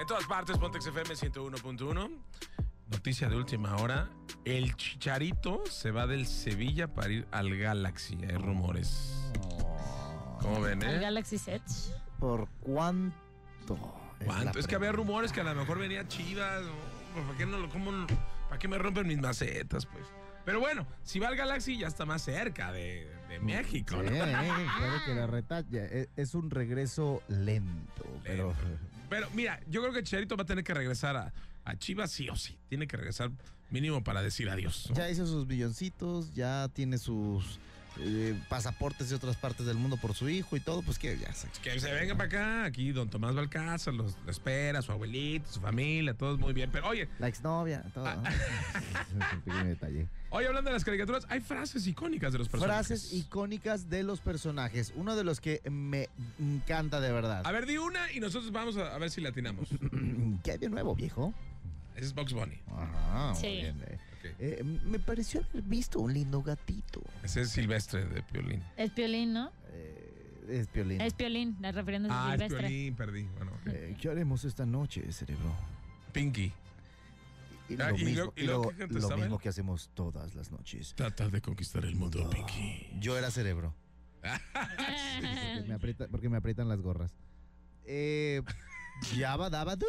[SPEAKER 1] En todas partes, Pontex FM 101.1. Noticia de última hora. El Chicharito se va del Sevilla para ir al Galaxy. Hay rumores. ¿Cómo ven,
[SPEAKER 2] Al
[SPEAKER 1] eh?
[SPEAKER 2] Galaxy Set.
[SPEAKER 3] ¿Por cuánto? Es la
[SPEAKER 1] ¿Cuánto? Es que había
[SPEAKER 3] pregunta.
[SPEAKER 1] rumores que a lo mejor venía Chivas. ¿no? ¿Para qué, no, lo- cómo no- ¿Para qué me rompen mis macetas, pues? Pero bueno, si va al Galaxy ya está más cerca de, de México. ¿no?
[SPEAKER 3] Sí, eh, claro que la retalla. Es, es un regreso lento, pero
[SPEAKER 1] Pero mira, yo creo que Chicharito va a tener que regresar a, a Chivas sí o sí. Tiene que regresar mínimo para decir adiós. ¿no?
[SPEAKER 3] ya hizo sus billoncitos, ya tiene sus eh, pasaportes de otras partes del mundo por su hijo y todo, pues que ya se...
[SPEAKER 1] Que se venga para acá, aquí don Tomás Balcázar, los, lo espera, su abuelito, su familia, todos muy bien. Pero oye,
[SPEAKER 3] La exnovia, todo.
[SPEAKER 1] Ah.
[SPEAKER 3] ¿no? Es un pequeño detalle.
[SPEAKER 1] hoy hablando de las caricaturas, hay frases icónicas de los personajes.
[SPEAKER 3] Frases icónicas de los personajes. Uno de los que me encanta de verdad.
[SPEAKER 1] A ver, di una y nosotros vamos a, a ver si la atinamos.
[SPEAKER 3] ¿Qué hay de nuevo, viejo?
[SPEAKER 1] Ese es Box Bunny.
[SPEAKER 3] Ajá, muy
[SPEAKER 2] Sí.
[SPEAKER 3] bien, eh.
[SPEAKER 1] Ok.
[SPEAKER 3] Eh, me pareció haber visto un lindo gatito.
[SPEAKER 1] Ese es Silvestre de Piolín.
[SPEAKER 2] Es Piolín, ¿no?
[SPEAKER 3] Eh, es Piolín.
[SPEAKER 2] Es Piolín, la refiriéndose a
[SPEAKER 1] Ah, es
[SPEAKER 2] Silvestre.
[SPEAKER 1] Piolín, perdí. Bueno, ok.
[SPEAKER 3] Eh, ¿Qué haremos esta noche, cerebro?
[SPEAKER 1] Pinky.
[SPEAKER 3] Y
[SPEAKER 1] Ah,
[SPEAKER 3] lo,
[SPEAKER 1] y lo-
[SPEAKER 3] mismo,
[SPEAKER 1] y
[SPEAKER 3] y
[SPEAKER 1] lo
[SPEAKER 3] lo-
[SPEAKER 1] que gente
[SPEAKER 3] lo
[SPEAKER 1] sabe.
[SPEAKER 3] mismo que hacemos todas las noches.
[SPEAKER 1] Trata de conquistar el mundo, Pinky.
[SPEAKER 3] Yo era cerebro. Porque me, aprieta- porque me aprietan las gorras. Eh, Yabba Dabba Doo.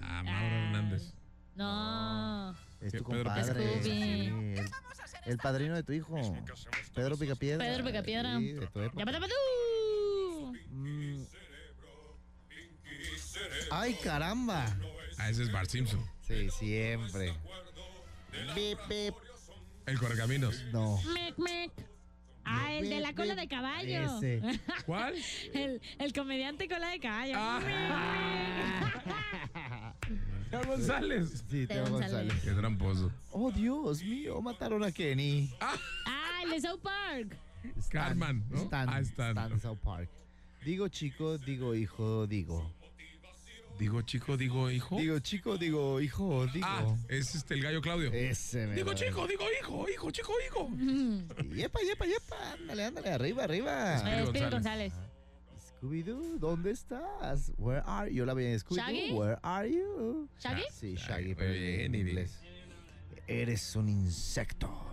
[SPEAKER 1] Ah, Mauro
[SPEAKER 2] Ah.
[SPEAKER 1] Hernández.
[SPEAKER 2] no.
[SPEAKER 3] Es tu
[SPEAKER 1] Que Pedro
[SPEAKER 3] compadre.
[SPEAKER 2] Picapiedra. Scooby.
[SPEAKER 3] el, el padrino de tu hijo. Pedro Picapiedra.
[SPEAKER 2] Pedro Picapiedra.
[SPEAKER 3] Sí, de tu época.
[SPEAKER 2] Ya, pata, pata, uh.
[SPEAKER 3] Mm. Ay, caramba.
[SPEAKER 1] Ah, ese es Bart Simpson.
[SPEAKER 3] Sí, siempre. Bip, bip.
[SPEAKER 1] El Correcaminos.
[SPEAKER 3] No.
[SPEAKER 2] Mec, mec. Ah, el de la cola de caballo.
[SPEAKER 3] Ese.
[SPEAKER 1] ¿Cuál?
[SPEAKER 2] El, el comediante cola de caballo.
[SPEAKER 1] Ah. Teo González.
[SPEAKER 3] Sí, Teo
[SPEAKER 2] Teo González.
[SPEAKER 3] González.
[SPEAKER 1] Qué tramposo.
[SPEAKER 3] Oh, Dios mío, mataron a Kenny.
[SPEAKER 2] Ah, el de South Park.
[SPEAKER 3] Stan,
[SPEAKER 1] Cartman, ¿no?
[SPEAKER 3] Stan,
[SPEAKER 1] Ah, Stan.
[SPEAKER 3] Stan South Park. Digo chico, digo hijo, digo.
[SPEAKER 1] Digo chico, digo hijo.
[SPEAKER 3] Digo chico, digo hijo, Eh, digo.
[SPEAKER 1] ah, es este el gallo Claudio.
[SPEAKER 3] Ese me
[SPEAKER 1] digo
[SPEAKER 3] lo-
[SPEAKER 1] chico, digo hijo, hijo, chico, hijo.
[SPEAKER 3] Yepa, yepa, yepa. Ándale, ándale, arriba, arriba.
[SPEAKER 1] Espera.
[SPEAKER 2] Es Pedro
[SPEAKER 1] González.
[SPEAKER 2] González.
[SPEAKER 3] Scooby-Doo, ¿dónde estás? Where are you? Yo la veía en
[SPEAKER 2] ¿Shaggy?
[SPEAKER 3] Scooby-Doo. Where are you? Ah,
[SPEAKER 2] ¿Shaggy?
[SPEAKER 3] Sí,
[SPEAKER 1] Shaggy,
[SPEAKER 3] Shaggy, pero
[SPEAKER 1] muy bien,
[SPEAKER 3] en
[SPEAKER 1] y bien.
[SPEAKER 3] inglés. Eres un insecto.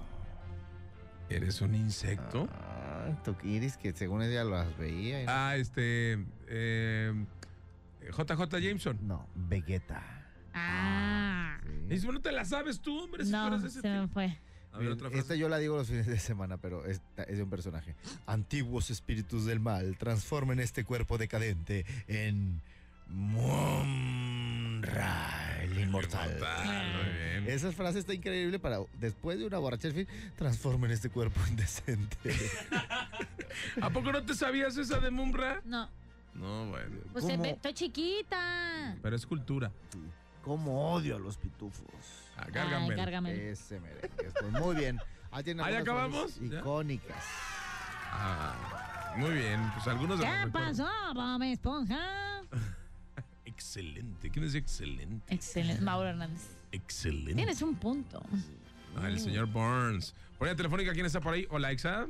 [SPEAKER 1] ¿Eres un insecto?
[SPEAKER 3] Ah, Toquiris, que según ella las veía. y-
[SPEAKER 1] Ah, este. eh, JJ Jameson.
[SPEAKER 3] No, Vegeta.
[SPEAKER 2] Ah.
[SPEAKER 3] Sí.
[SPEAKER 1] Dice, no te la sabes tú, hombre. si tú
[SPEAKER 2] No,
[SPEAKER 1] eres de ese
[SPEAKER 2] se me
[SPEAKER 1] tipo.
[SPEAKER 2] fue.
[SPEAKER 1] A ver, otra
[SPEAKER 3] Esta
[SPEAKER 1] frase.
[SPEAKER 3] yo la digo los fines de semana, pero esta es de un personaje. Antiguos espíritus del mal transformen este cuerpo decadente en Mumra, el inmortal.
[SPEAKER 1] Mortal, muy bien.
[SPEAKER 3] Esa frase está increíble para después de una borrachera, en fin, transformen este cuerpo indecente.
[SPEAKER 1] ¿A poco no te sabías esa de Mumra?
[SPEAKER 2] No.
[SPEAKER 1] No, bueno.
[SPEAKER 2] Pues se
[SPEAKER 3] ¿Cómo?
[SPEAKER 2] ve- estoy chiquita.
[SPEAKER 1] Pero es cultura.
[SPEAKER 3] ¿Cómo odio a los pitufos?
[SPEAKER 1] Ah,
[SPEAKER 2] Ay,
[SPEAKER 1] Gargamel.
[SPEAKER 2] cárgame.
[SPEAKER 3] Ese merengue. pues, muy bien. Ahí tienen
[SPEAKER 1] Ahí
[SPEAKER 3] algunas frases
[SPEAKER 1] acabamos, ¿ya?
[SPEAKER 3] Icónicas.
[SPEAKER 1] Ah, muy bien. Pues algunos de los
[SPEAKER 2] ¿Qué
[SPEAKER 1] recuerdos.
[SPEAKER 2] pasó, Bob Esponja?
[SPEAKER 1] Excelente. ¿Quién es excelente?
[SPEAKER 2] Excelente. Mauro Hernández.
[SPEAKER 1] Excelente.
[SPEAKER 2] Tienes un punto.
[SPEAKER 1] Ah, el señor Burns. Por la telefónica, ¿quién está por ahí? Hola, Exa.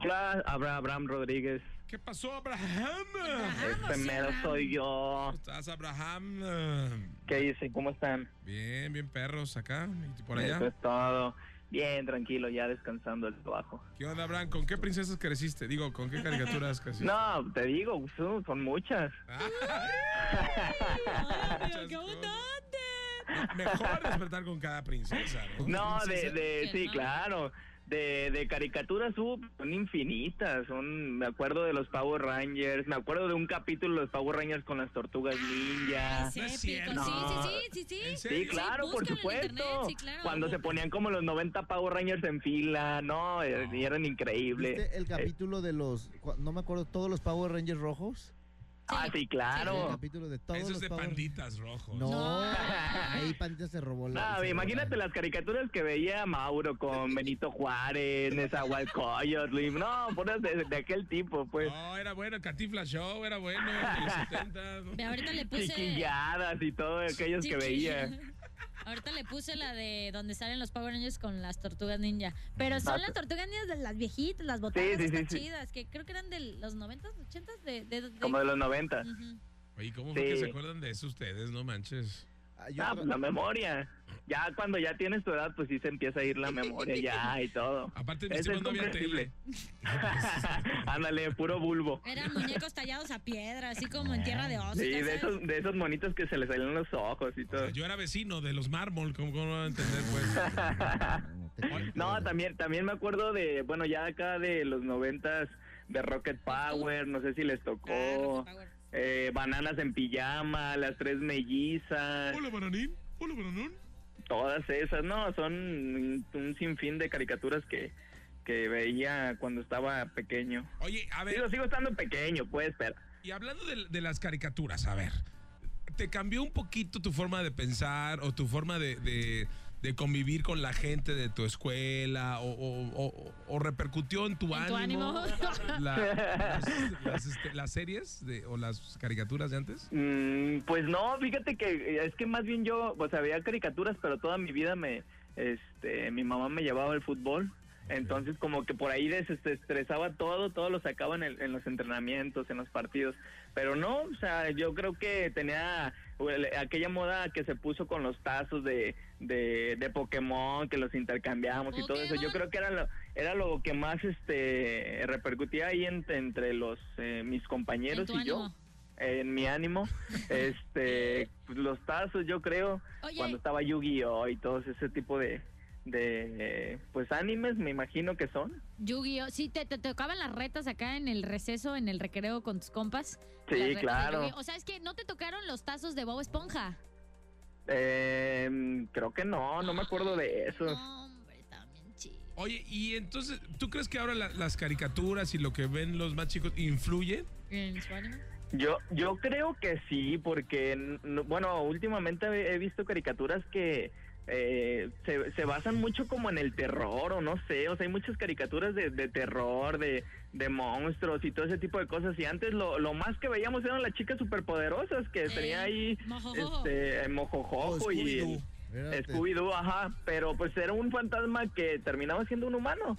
[SPEAKER 6] Hola, habla Abraham Rodríguez.
[SPEAKER 1] ¿Qué pasó, Abraham?
[SPEAKER 6] Este mero soy yo.
[SPEAKER 1] ¿Cómo estás, Abraham?
[SPEAKER 6] ¿Qué dicen? ¿Cómo están?
[SPEAKER 1] Bien, bien, perros, acá y por
[SPEAKER 6] Eso
[SPEAKER 1] allá.
[SPEAKER 6] es todo. Bien, tranquilo, ya descansando el trabajo.
[SPEAKER 1] ¿Qué onda, Abraham? ¿Con qué princesas creciste? Digo, ¿con qué caricaturas creciste? Ah,
[SPEAKER 6] No, te digo, son, son muchas.
[SPEAKER 1] pero qué abundante. Mejor despertar con cada princesa, ¿no?
[SPEAKER 6] No, de,
[SPEAKER 1] Princesa.
[SPEAKER 6] de sí, claro. De, de caricaturas hubo, son infinitas. Son, me acuerdo de los Power Rangers. Me acuerdo de un capítulo de los Power Rangers con las tortugas
[SPEAKER 8] Ah,
[SPEAKER 6] ninja.
[SPEAKER 2] Sí,
[SPEAKER 1] No es cierto.
[SPEAKER 2] Sí, sí, sí,
[SPEAKER 1] ¿En
[SPEAKER 2] sí, sí.
[SPEAKER 1] serio?
[SPEAKER 6] Sí, claro, por
[SPEAKER 2] búscalo en
[SPEAKER 6] supuesto.
[SPEAKER 2] internet, sí, claro.
[SPEAKER 6] Cuando se ponían como los 90 Power Rangers en fila, no, eh, y eran increíbles.
[SPEAKER 3] ¿Viste el capítulo de los, cua- no me acuerdo, todos los Power Rangers rojos?
[SPEAKER 6] Ah, sí,
[SPEAKER 3] El
[SPEAKER 6] claro.
[SPEAKER 3] capítulo de todos
[SPEAKER 1] Eso
[SPEAKER 3] los
[SPEAKER 1] es de
[SPEAKER 3] Power-
[SPEAKER 1] panditas rojos.
[SPEAKER 3] No,
[SPEAKER 2] No.
[SPEAKER 3] ahí Pandita se robó la.
[SPEAKER 6] Ah,
[SPEAKER 3] se
[SPEAKER 6] imagínate
[SPEAKER 3] robó
[SPEAKER 6] las caricaturas que veía Mauro con Benito Juárez, Nezahualcóyotl, y- no, puras de, de aquel tipo, pues.
[SPEAKER 1] No, era bueno, el Catifla Show, era bueno, en los 70. ¿no?
[SPEAKER 2] Ve, ahorita le puse.
[SPEAKER 6] Chiquilladas y todo aquellos que
[SPEAKER 2] Chiqui-
[SPEAKER 6] veía.
[SPEAKER 2] Ahorita le puse la de donde salen los Power Rangers con las tortugas ninja. Pero son
[SPEAKER 6] Ah,
[SPEAKER 2] las tortugas ninjas de las viejitas, las botanas
[SPEAKER 6] sí,
[SPEAKER 2] estas
[SPEAKER 6] sí, sí.
[SPEAKER 2] chidas, que creo que eran de los 90s, 80s de. de, de-
[SPEAKER 6] Como de los 90.
[SPEAKER 2] Ujú.
[SPEAKER 1] Oye, Oye, ¿cómo fue que
[SPEAKER 6] Sí.
[SPEAKER 1] se acuerdan de eso ustedes? No manches.
[SPEAKER 3] Ah, yo
[SPEAKER 6] Ah,
[SPEAKER 3] tra-
[SPEAKER 6] pues la memoria. Ya cuando ya tienes tu edad, pues sí se empieza a ir la memoria ya y todo.
[SPEAKER 1] Aparte, en mis
[SPEAKER 6] Eso
[SPEAKER 1] tiempos no
[SPEAKER 6] es
[SPEAKER 1] había
[SPEAKER 6] comprensible.
[SPEAKER 1] tele.
[SPEAKER 6] Ándale, puro bulbo.
[SPEAKER 9] Eran muñecos tallados a piedra, así como en tierra de osos.
[SPEAKER 6] Sí,
[SPEAKER 9] ya
[SPEAKER 6] de
[SPEAKER 9] sabes.
[SPEAKER 6] esos, de esos monitos que se les salían los ojos y
[SPEAKER 1] O
[SPEAKER 6] todo.
[SPEAKER 1] sea, yo era vecino de los mármol, ¿cómo, cómo no van a entender, pues?
[SPEAKER 3] Pues,
[SPEAKER 6] No, también, también me acuerdo de, bueno, ya acá de los noventas, de Rocket Power, no sé si les
[SPEAKER 9] Ah,
[SPEAKER 6] tocó,
[SPEAKER 9] Rocky Power.
[SPEAKER 6] eh, Bananas en Pijama, Las Tres Mellizas,
[SPEAKER 1] Hola, bananín. Hola, bananón.
[SPEAKER 6] todas esas, no, son un un sinfín de caricaturas que, que veía cuando estaba pequeño.
[SPEAKER 1] Oye, a ver,
[SPEAKER 6] Digo, sigo estando pequeño, pues, pero...
[SPEAKER 1] Y hablando de, de las caricaturas, a ver, ¿te cambió un poquito tu forma de pensar o tu forma de, de- de convivir con la gente de tu escuela o, o- o- o repercutió en tu
[SPEAKER 2] ¿En tu
[SPEAKER 1] ánimo,
[SPEAKER 2] ánimo?
[SPEAKER 1] la- las, las, este, las series de- o las caricaturas de antes?
[SPEAKER 6] Mm, pues no, fíjate que eh, es que más bien yo, o sea, veía caricaturas, pero toda mi vida me, este, mi mamá me llevaba al fútbol. Entonces como que por ahí desestresaba todo, todo lo sacaba en, el- en los entrenamientos, en los partidos. Pero no, o sea, yo creo que tenía el- aquella moda que se puso con los tazos de, de, de Pokémon, que los intercambiamos y todo eso. Yo
[SPEAKER 9] Pokémon.
[SPEAKER 6] creo que era lo, era lo que más este repercutía ahí entre, entre los eh, mis
[SPEAKER 2] En
[SPEAKER 6] compañeros
[SPEAKER 2] tu
[SPEAKER 6] y yo
[SPEAKER 2] ánimo.
[SPEAKER 6] en mi ánimo. este, pues, los tazos, yo creo,
[SPEAKER 2] Oye,
[SPEAKER 6] cuando estaba Yu-Gi-Oh y todos ese tipo de, de, pues animes, me imagino que son.
[SPEAKER 2] Yu-Gi-Oh! Sí, te, te tocaban las retas acá en el receso, en el recreo con tus compas. Las
[SPEAKER 6] Sí,
[SPEAKER 2] retas de
[SPEAKER 6] claro.
[SPEAKER 2] Yu-Gi-Oh. O sea, es que no te tocaron los tazos de Bob Esponja.
[SPEAKER 6] Eh, creo que no, no me acuerdo de eso.
[SPEAKER 2] No, hombre, estaban bien chidos.
[SPEAKER 1] Oye, y entonces, ¿tú crees que ahora la- las caricaturas y lo que ven los más chicos influyen?
[SPEAKER 2] ¿En su ánimo?
[SPEAKER 6] Yo, yo creo que sí, porque, n- no- bueno, últimamente he he visto caricaturas que eh, se, se basan mucho como en el terror, o no sé, o sea, hay muchas caricaturas de, de terror, de, de monstruos y todo ese tipo de cosas. Y antes lo, lo más que veíamos eran las chicas superpoderosas que tenía ahí
[SPEAKER 9] Mojojojo.
[SPEAKER 6] este,
[SPEAKER 3] Oh,
[SPEAKER 6] Mojojojo y
[SPEAKER 3] Scooby-Doo. Espérate.
[SPEAKER 6] Scooby-Doo, ajá, pero pues era un fantasma que terminaba siendo un humano.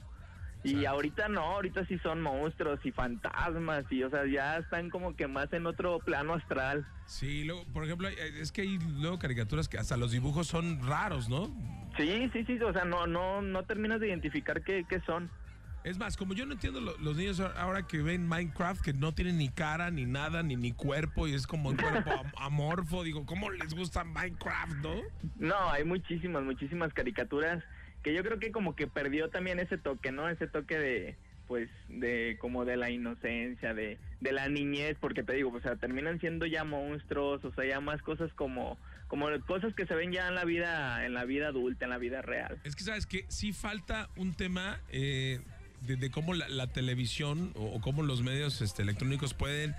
[SPEAKER 6] Y ahorita no, ahorita sí son monstruos y fantasmas y, o sea, ya están como que más en otro plano astral.
[SPEAKER 1] Sí, luego, por ejemplo, hay- es que hay luego caricaturas que hasta los dibujos son raros, ¿no?
[SPEAKER 6] Sí, sí, sí, o sea, no, no, no terminas de identificar qué, qué son.
[SPEAKER 1] Es más, como yo no entiendo lo- los niños a- ahora que ven Minecraft, que no tienen ni cara, ni nada, ni, ni cuerpo, y es como un cuerpo am- amorfo, digo, ¿cómo les gusta Minecraft, no?
[SPEAKER 6] No, hay muchísimas, muchísimas caricaturas que yo creo que como que perdió también ese toque, ¿no? Ese toque de, pues, de como de la inocencia, de, de la niñez, porque te digo, o sea, terminan siendo ya monstruos, o sea, ya más cosas como, como cosas que se ven ya en la vida, en la vida adulta, en la vida real.
[SPEAKER 1] Es que, ¿sabes que Sí falta un tema eh, de, de cómo la, la televisión o, o cómo los medios este, electrónicos pueden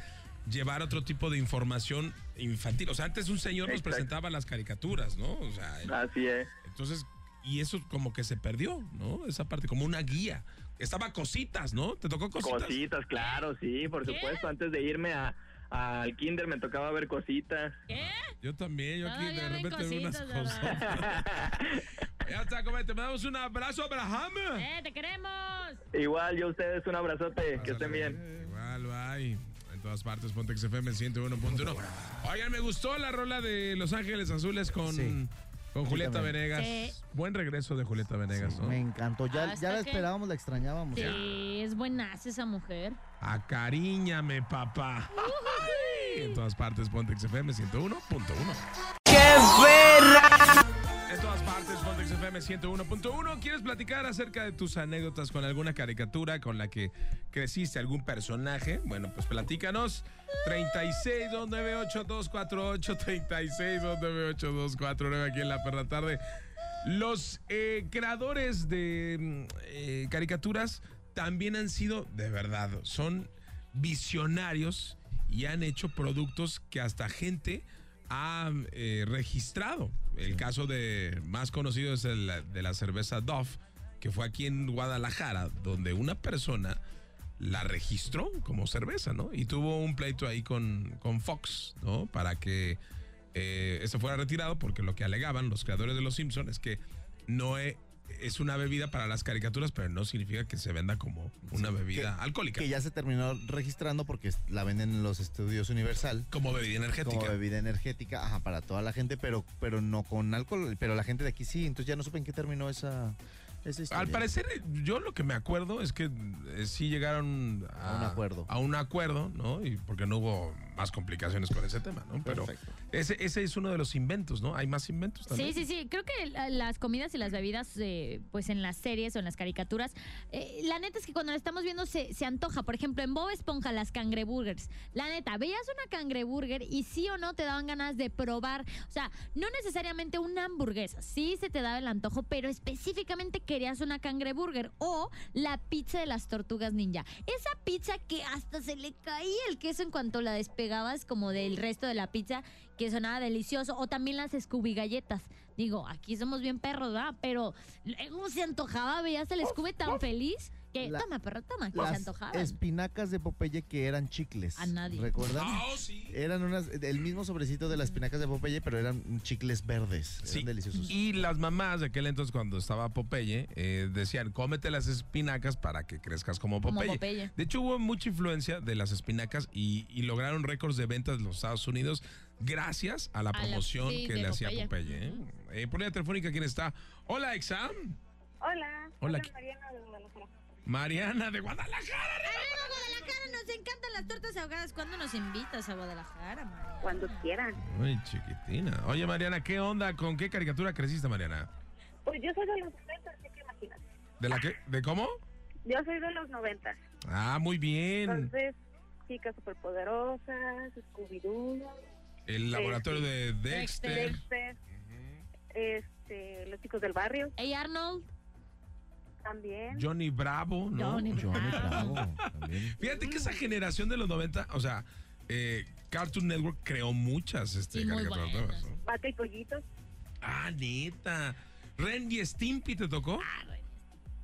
[SPEAKER 1] llevar otro tipo de información infantil. O sea, antes un señor nos
[SPEAKER 6] Exacto.
[SPEAKER 1] presentaba las caricaturas, ¿no? O sea,
[SPEAKER 6] Así es.
[SPEAKER 1] entonces, y eso como que se perdió, ¿no? Esa parte, como una guía. Estaba cositas, ¿no? ¿Te tocó cositas?
[SPEAKER 6] Cositas, claro, sí, por supuesto. Antes de irme a, al kinder me tocaba ver cositas.
[SPEAKER 1] Yo también, yo aquí de
[SPEAKER 2] Todavía ven
[SPEAKER 1] repente veo unas
[SPEAKER 2] cositas,
[SPEAKER 1] cosas. Ya está, comete. Te damos un abrazo, Abraham.
[SPEAKER 2] ¡Eh, te queremos!
[SPEAKER 6] Igual, yo a ustedes un abrazote, que estén bien.
[SPEAKER 1] Igual, bye. En todas partes, Pontex FM 101.1. Oigan, me gustó la rola de Los Ángeles Azules con,
[SPEAKER 3] Sí.
[SPEAKER 1] con Julieta
[SPEAKER 3] también.
[SPEAKER 1] Venegas.
[SPEAKER 2] Sí.
[SPEAKER 1] Buen regreso de Julieta Venegas, ¿no?
[SPEAKER 3] Me encantó. Ya,
[SPEAKER 2] Hasta
[SPEAKER 3] ya la
[SPEAKER 2] que-
[SPEAKER 3] esperábamos, la extrañábamos.
[SPEAKER 2] Ah, Sí, es buenaza esa mujer.
[SPEAKER 1] Acariñame, papá. En todas partes, Pontex FM 101.1. ¡Qué verra! En todas partes, Pontex FM 101.1. ¿Quieres platicar acerca de tus anécdotas con alguna caricatura con la que creciste, algún personaje? Bueno, pues platícanos. 36298-248, 36298-249 aquí en La Perra Tarde. Los eh, creadores de mm, eh, caricaturas también han sido, de verdad, son visionarios y han hecho productos que hasta gente ha eh, registrado. El caso de más conocido es el de la cerveza Dove, que fue aquí en Guadalajara, donde una persona la registró como cerveza, ¿no? Y tuvo un pleito ahí con, con Fox, ¿no? Para que eh, eso fuera retirado, porque lo que alegaban los creadores de Los Simpsons es que no, e- es una bebida para las caricaturas, pero no significa que se venda como una bebida alcohólica.
[SPEAKER 3] Que ya se terminó registrando porque es- la venden en los estudios Universal.
[SPEAKER 1] como bebida energética.
[SPEAKER 3] Como bebida energética, ajá, para toda la gente, pero, pero no con alcohol. Pero la gente de aquí sí, entonces ya no supe en qué terminó esa, esa historia.
[SPEAKER 1] Al parecer, eh, yo lo que me acuerdo es que eh, sí llegaron a,
[SPEAKER 3] A un acuerdo.
[SPEAKER 1] a un acuerdo, ¿no? Y porque no hubo más complicaciones con ese tema, ¿no? Pero
[SPEAKER 3] Perfecto.
[SPEAKER 1] ese, ese es uno de los inventos, ¿no? Hay más inventos también.
[SPEAKER 2] Sí, sí, sí. Creo que la- las comidas y las bebidas, eh, pues en las series o en las caricaturas, eh, la neta es que cuando la estamos viendo se, se antoja. Por ejemplo, en Bob Esponja, las cangreburgers. La neta, veías una cangreburger y sí o no te daban ganas de probar. O sea, no necesariamente una hamburguesa. Sí se te daba el antojo, pero específicamente querías una cangreburger o la pizza de las tortugas ninja. Esa pizza que hasta se le caía el queso en cuanto la despegabas como del resto de la pizza que sonaba delicioso, o también las Scooby galletas. Digo, aquí somos bien perros, ¿verdad? Pero luego se antojaba, veías el Scooby tan feliz que,
[SPEAKER 3] La-
[SPEAKER 2] toma, perro, toma, que se
[SPEAKER 3] Las
[SPEAKER 2] antojaba.
[SPEAKER 3] espinacas de Popeye que eran chicles.
[SPEAKER 2] A nadie.
[SPEAKER 3] ¿Recuerdan?
[SPEAKER 1] Ah, oh, sí.
[SPEAKER 3] Eran unas, el mismo sobrecito de las espinacas de Popeye, pero eran chicles verdes. Eran
[SPEAKER 1] Sí.
[SPEAKER 3] deliciosos.
[SPEAKER 1] Y las mamás de aquel entonces, cuando estaba Popeye, eh, decían, cómete las espinacas para que crezcas como
[SPEAKER 2] Como
[SPEAKER 1] Popeye.
[SPEAKER 2] Popeye.
[SPEAKER 1] De hecho, hubo mucha influencia de las espinacas y, y lograron récords de ventas en los Estados Unidos gracias a la
[SPEAKER 2] la-
[SPEAKER 1] promoción
[SPEAKER 2] sí,
[SPEAKER 1] que
[SPEAKER 2] de
[SPEAKER 1] le hacía
[SPEAKER 2] Popeye.
[SPEAKER 1] Popeye. ¿eh? Eh, por línea telefónica, ¿quién está? Hola, Exam.
[SPEAKER 8] Hola.
[SPEAKER 1] Hola,
[SPEAKER 8] Hola,
[SPEAKER 1] ¿qué-
[SPEAKER 8] Mariana de Guadalajara.
[SPEAKER 1] Mariana de Guadalajara.
[SPEAKER 2] Arriba Guadalajara, nos encantan las tortas ahogadas. ¿Cuándo nos invitas a Guadalajara, María?
[SPEAKER 8] Cuando quieran.
[SPEAKER 1] Ay, chiquitina. Oye, Mariana, ¿qué onda? ¿Con qué caricatura creciste, Mariana?
[SPEAKER 8] Pues yo soy de los 90, así que imagínate.
[SPEAKER 1] ¿De la que? ¿De cómo?
[SPEAKER 8] Yo soy de los 90.
[SPEAKER 1] Ah, muy bien.
[SPEAKER 8] Entonces, chicas superpoderosas, Scooby-Doo,
[SPEAKER 1] El laboratorio de Dexter.
[SPEAKER 8] Dexter, este, los chicos del barrio
[SPEAKER 2] Hey, Arnold.
[SPEAKER 8] también.
[SPEAKER 1] Johnny Bravo, ¿no?
[SPEAKER 2] Johnny
[SPEAKER 3] Johnny
[SPEAKER 2] Bravo.
[SPEAKER 3] Bravo, también.
[SPEAKER 1] Fíjate que esa
[SPEAKER 2] Mm.
[SPEAKER 1] generación de los 90, o sea, eh, Cartoon Network creó muchas este,
[SPEAKER 2] Y muy
[SPEAKER 1] caricaturas
[SPEAKER 2] buenas.
[SPEAKER 1] nuevas. ¿no?
[SPEAKER 8] Vaca y pollitos.
[SPEAKER 1] Ah, neta. Randy Stimpy te tocó.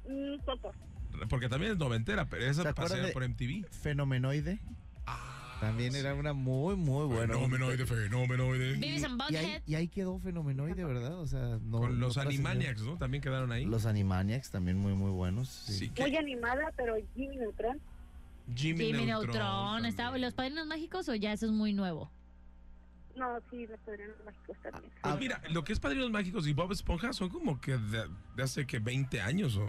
[SPEAKER 8] Un poco.
[SPEAKER 2] Ah.
[SPEAKER 1] Porque también es noventera, pero
[SPEAKER 3] ¿Se
[SPEAKER 1] esa
[SPEAKER 3] acuerdan
[SPEAKER 1] pasea
[SPEAKER 3] de-
[SPEAKER 1] por MTV.
[SPEAKER 3] Fenomenoide.
[SPEAKER 1] Ah,
[SPEAKER 3] También era una muy, muy buena.
[SPEAKER 1] Fenomenoide, fenomenoide.
[SPEAKER 2] Beavis and
[SPEAKER 3] Y ahí,
[SPEAKER 2] Butthead.
[SPEAKER 3] y ahí quedó Fenomenoide, ¿verdad? O sea, no.
[SPEAKER 1] Con los
[SPEAKER 3] no trascendió.
[SPEAKER 1] Animaniacs, ¿no? También quedaron ahí.
[SPEAKER 3] Los Animaniacs también muy, muy buenos. Sí.
[SPEAKER 1] Sí,
[SPEAKER 8] Muy
[SPEAKER 1] que
[SPEAKER 8] animada, pero Jimmy Neutron.
[SPEAKER 1] Jimmy,
[SPEAKER 2] Jimmy
[SPEAKER 1] Neutron.
[SPEAKER 2] Neutron.
[SPEAKER 1] también.
[SPEAKER 2] ¿Estaba- ¿Los padrinos mágicos o ya eso es muy nuevo?
[SPEAKER 8] No, sí, los padrinos mágicos también.
[SPEAKER 3] Ah,
[SPEAKER 1] Pues mira, lo que es Padrinos Mágicos y Bob Esponja son como que de, de hace que 20 años o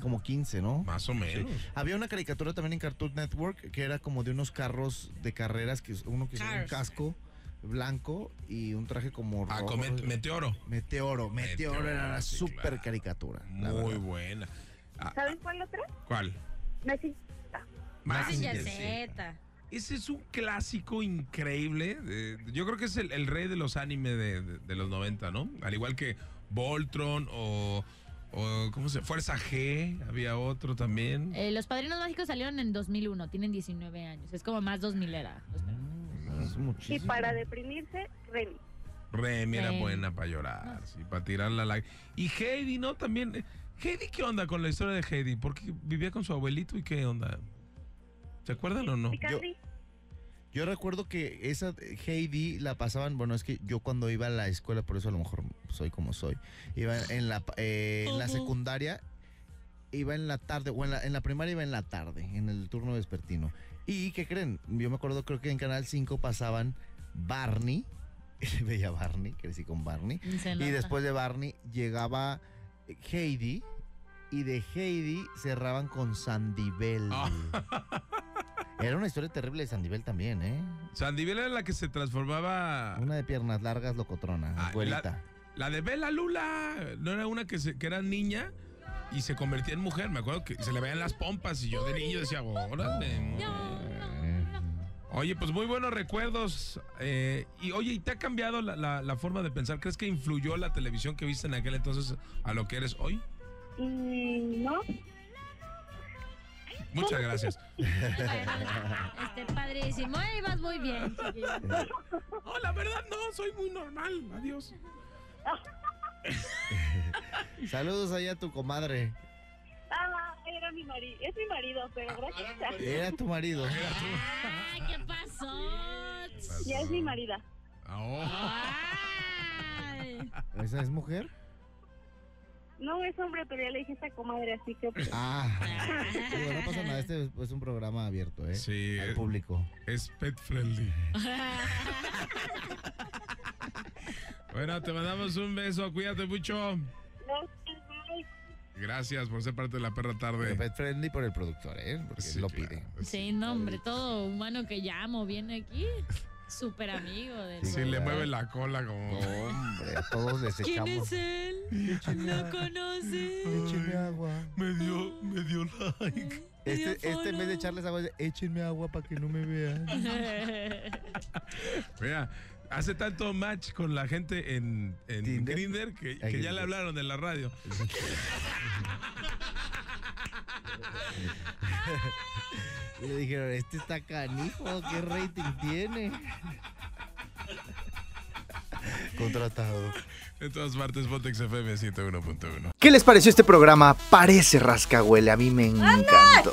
[SPEAKER 3] Como 15, ¿no?
[SPEAKER 1] más o menos.
[SPEAKER 3] Había una caricatura también en Cartoon Network que era como de unos carros de carreras, que es- uno que usaba un
[SPEAKER 9] Cars.
[SPEAKER 3] casco blanco y un traje como rojo.
[SPEAKER 1] A Ah, Comet Meteoro.
[SPEAKER 3] Meteoro, Meteoro,
[SPEAKER 1] Meteoro,
[SPEAKER 3] era la
[SPEAKER 1] sí,
[SPEAKER 3] super
[SPEAKER 1] claro.
[SPEAKER 3] caricatura. la
[SPEAKER 1] Muy
[SPEAKER 3] verdad.
[SPEAKER 1] buena. Ah,
[SPEAKER 8] ¿Saben cuál otra?
[SPEAKER 1] ¿Cuál?
[SPEAKER 8] Messi.
[SPEAKER 9] Messenger
[SPEAKER 1] Mazinger Z.
[SPEAKER 9] Z.
[SPEAKER 1] Ese es un clásico increíble. eh, yo creo que es el, el rey de los animes de, de- de los 90, ¿no? Al igual que Voltron o, o ¿cómo se? Fuerza G, había otro también.
[SPEAKER 2] Eh, los padrinos mágicos salieron en 2001, tienen 19 años. Es como más 2000 era.
[SPEAKER 3] Es
[SPEAKER 8] Y
[SPEAKER 3] muchísimo.
[SPEAKER 8] para deprimirse, Remy.
[SPEAKER 1] Remy era
[SPEAKER 2] Remy.
[SPEAKER 1] buena para llorar, sí, para tirar la lag- Y Heidi, ¿no? También. eh, Heidi, ¿qué onda con la historia de Heidi? Porque vivía con su abuelito y qué onda. ¿Se acuerdan o no?
[SPEAKER 8] Y Candy.
[SPEAKER 3] Yo recuerdo que esa eh, Heidi la pasaban, bueno, es que yo cuando iba a la escuela, por eso a lo mejor soy como soy, iba en la, eh, en la secundaria, iba en la tarde, o en la, en la primaria iba en la tarde, en el turno vespertino. ¿Y qué creen? Yo me acuerdo, creo que en Canal 5 pasaban Barney, veía Barney, crecí con Barney, y después de Barney llegaba eh, Heidi, y de Heidi cerraban con Sandibel.
[SPEAKER 1] Ah.
[SPEAKER 3] Era una historia terrible de Sandibel también, ¿eh?
[SPEAKER 1] Sandibel era la que se transformaba.
[SPEAKER 3] Una de piernas largas locotrona,
[SPEAKER 1] Ah,
[SPEAKER 3] güerita.
[SPEAKER 1] La de Bella Lula, no era una que, se- que era niña y se convertía en mujer. Me acuerdo que se le veían las pompas y yo de niño decía, órale.
[SPEAKER 3] Eh.
[SPEAKER 1] Oye, pues muy buenos recuerdos. eh, y oye, ¿y te ha cambiado la, la- la forma de pensar? ¿Crees que influyó la televisión que viste en aquel entonces a lo que eres hoy?
[SPEAKER 8] Mm, no,
[SPEAKER 1] Muchas gracias.
[SPEAKER 2] Este, padrísimo. Ahí vas muy bien. chiquillo.
[SPEAKER 1] No, la verdad no, soy muy normal. Adiós.
[SPEAKER 3] Saludos ahí a tu comadre.
[SPEAKER 8] Ah, era mi marido, es mi marido, pero gracias a
[SPEAKER 3] Era tu marido.
[SPEAKER 2] Ay, ¿qué pasó?
[SPEAKER 8] ya es mi marida.
[SPEAKER 1] Ah, oh.
[SPEAKER 2] Ay.
[SPEAKER 3] ¿Esa es mujer?
[SPEAKER 6] No es hombre, pero ya le dije a esta comadre, así que. pues,
[SPEAKER 3] Ah, digo, no pasa nada, este es pues, un programa abierto, ¿eh?
[SPEAKER 1] Sí,
[SPEAKER 3] Al
[SPEAKER 1] eh.
[SPEAKER 3] público.
[SPEAKER 1] Es pet friendly. bueno, te mandamos un beso. Cuídate mucho.
[SPEAKER 6] No, bye.
[SPEAKER 1] Gracias por ser parte de la perra
[SPEAKER 3] Pero
[SPEAKER 1] tarde.
[SPEAKER 3] pet friendly por el productor, ¿eh? Porque
[SPEAKER 1] Sí,
[SPEAKER 3] lo
[SPEAKER 1] claro.
[SPEAKER 3] pide.
[SPEAKER 8] Sí, no, hombre, todo humano que llamo viene aquí. Súper amigo del.
[SPEAKER 3] Sí,
[SPEAKER 1] Si le
[SPEAKER 3] ¿verdad?
[SPEAKER 1] mueve la cola como...
[SPEAKER 3] Hombre, a todos les
[SPEAKER 8] ¿Quién
[SPEAKER 3] echamos.
[SPEAKER 8] es él? ¿Lo conoce?
[SPEAKER 3] Échenme agua.
[SPEAKER 1] Me dio, me dio like.
[SPEAKER 3] Este, este en vez de echarles agua, dice, échenme agua para que no me vean.
[SPEAKER 1] Mira, hace tanto match con la gente en, en
[SPEAKER 3] Tinder.
[SPEAKER 1] Grinder que,
[SPEAKER 3] Ay,
[SPEAKER 1] que ya
[SPEAKER 3] Grindr.
[SPEAKER 1] le hablaron de la radio.
[SPEAKER 3] Y le dijeron, este está canijo, ¿qué rating tiene? Contratado.
[SPEAKER 1] En todas partes, Botex FM 101.1.
[SPEAKER 3] ¿Qué les pareció este programa? Parece rascahuele, a mí me encantó.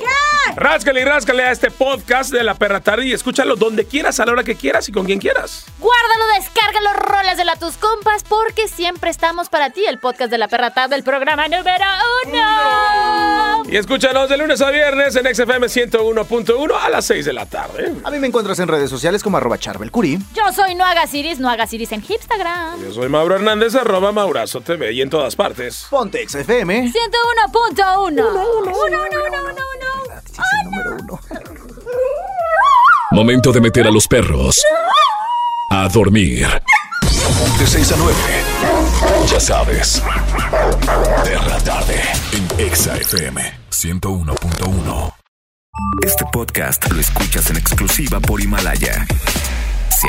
[SPEAKER 10] Ráscale y ráscale a este podcast de la perra tarde y escúchalo donde quieras, a la hora que quieras y con quien quieras.
[SPEAKER 2] Guárdalo, descárgalo, rolas de la tus compas, porque siempre estamos para ti. El podcast de la perra tarde, el programa número uno.
[SPEAKER 10] Y escúchanos de lunes a viernes en XFM 101.1 a las 6 de la tarde.
[SPEAKER 3] A mí me encuentras en redes sociales como arroba charbelcuri.
[SPEAKER 2] Yo soy No Hagas Iris, No Hagas Iris en Instagram.
[SPEAKER 10] Yo soy Mauro Hernández, arroba Maurazo TV y en todas partes.
[SPEAKER 3] Pontex FM.
[SPEAKER 2] 101.1. Uno, uno, uno, uno, uno.
[SPEAKER 4] Momento de meter a los perros a dormir. De 6 a 9. Ya sabes. Perra tarde en Exa FM 101.1.
[SPEAKER 11] Este podcast lo escuchas en exclusiva por Himalaya. Si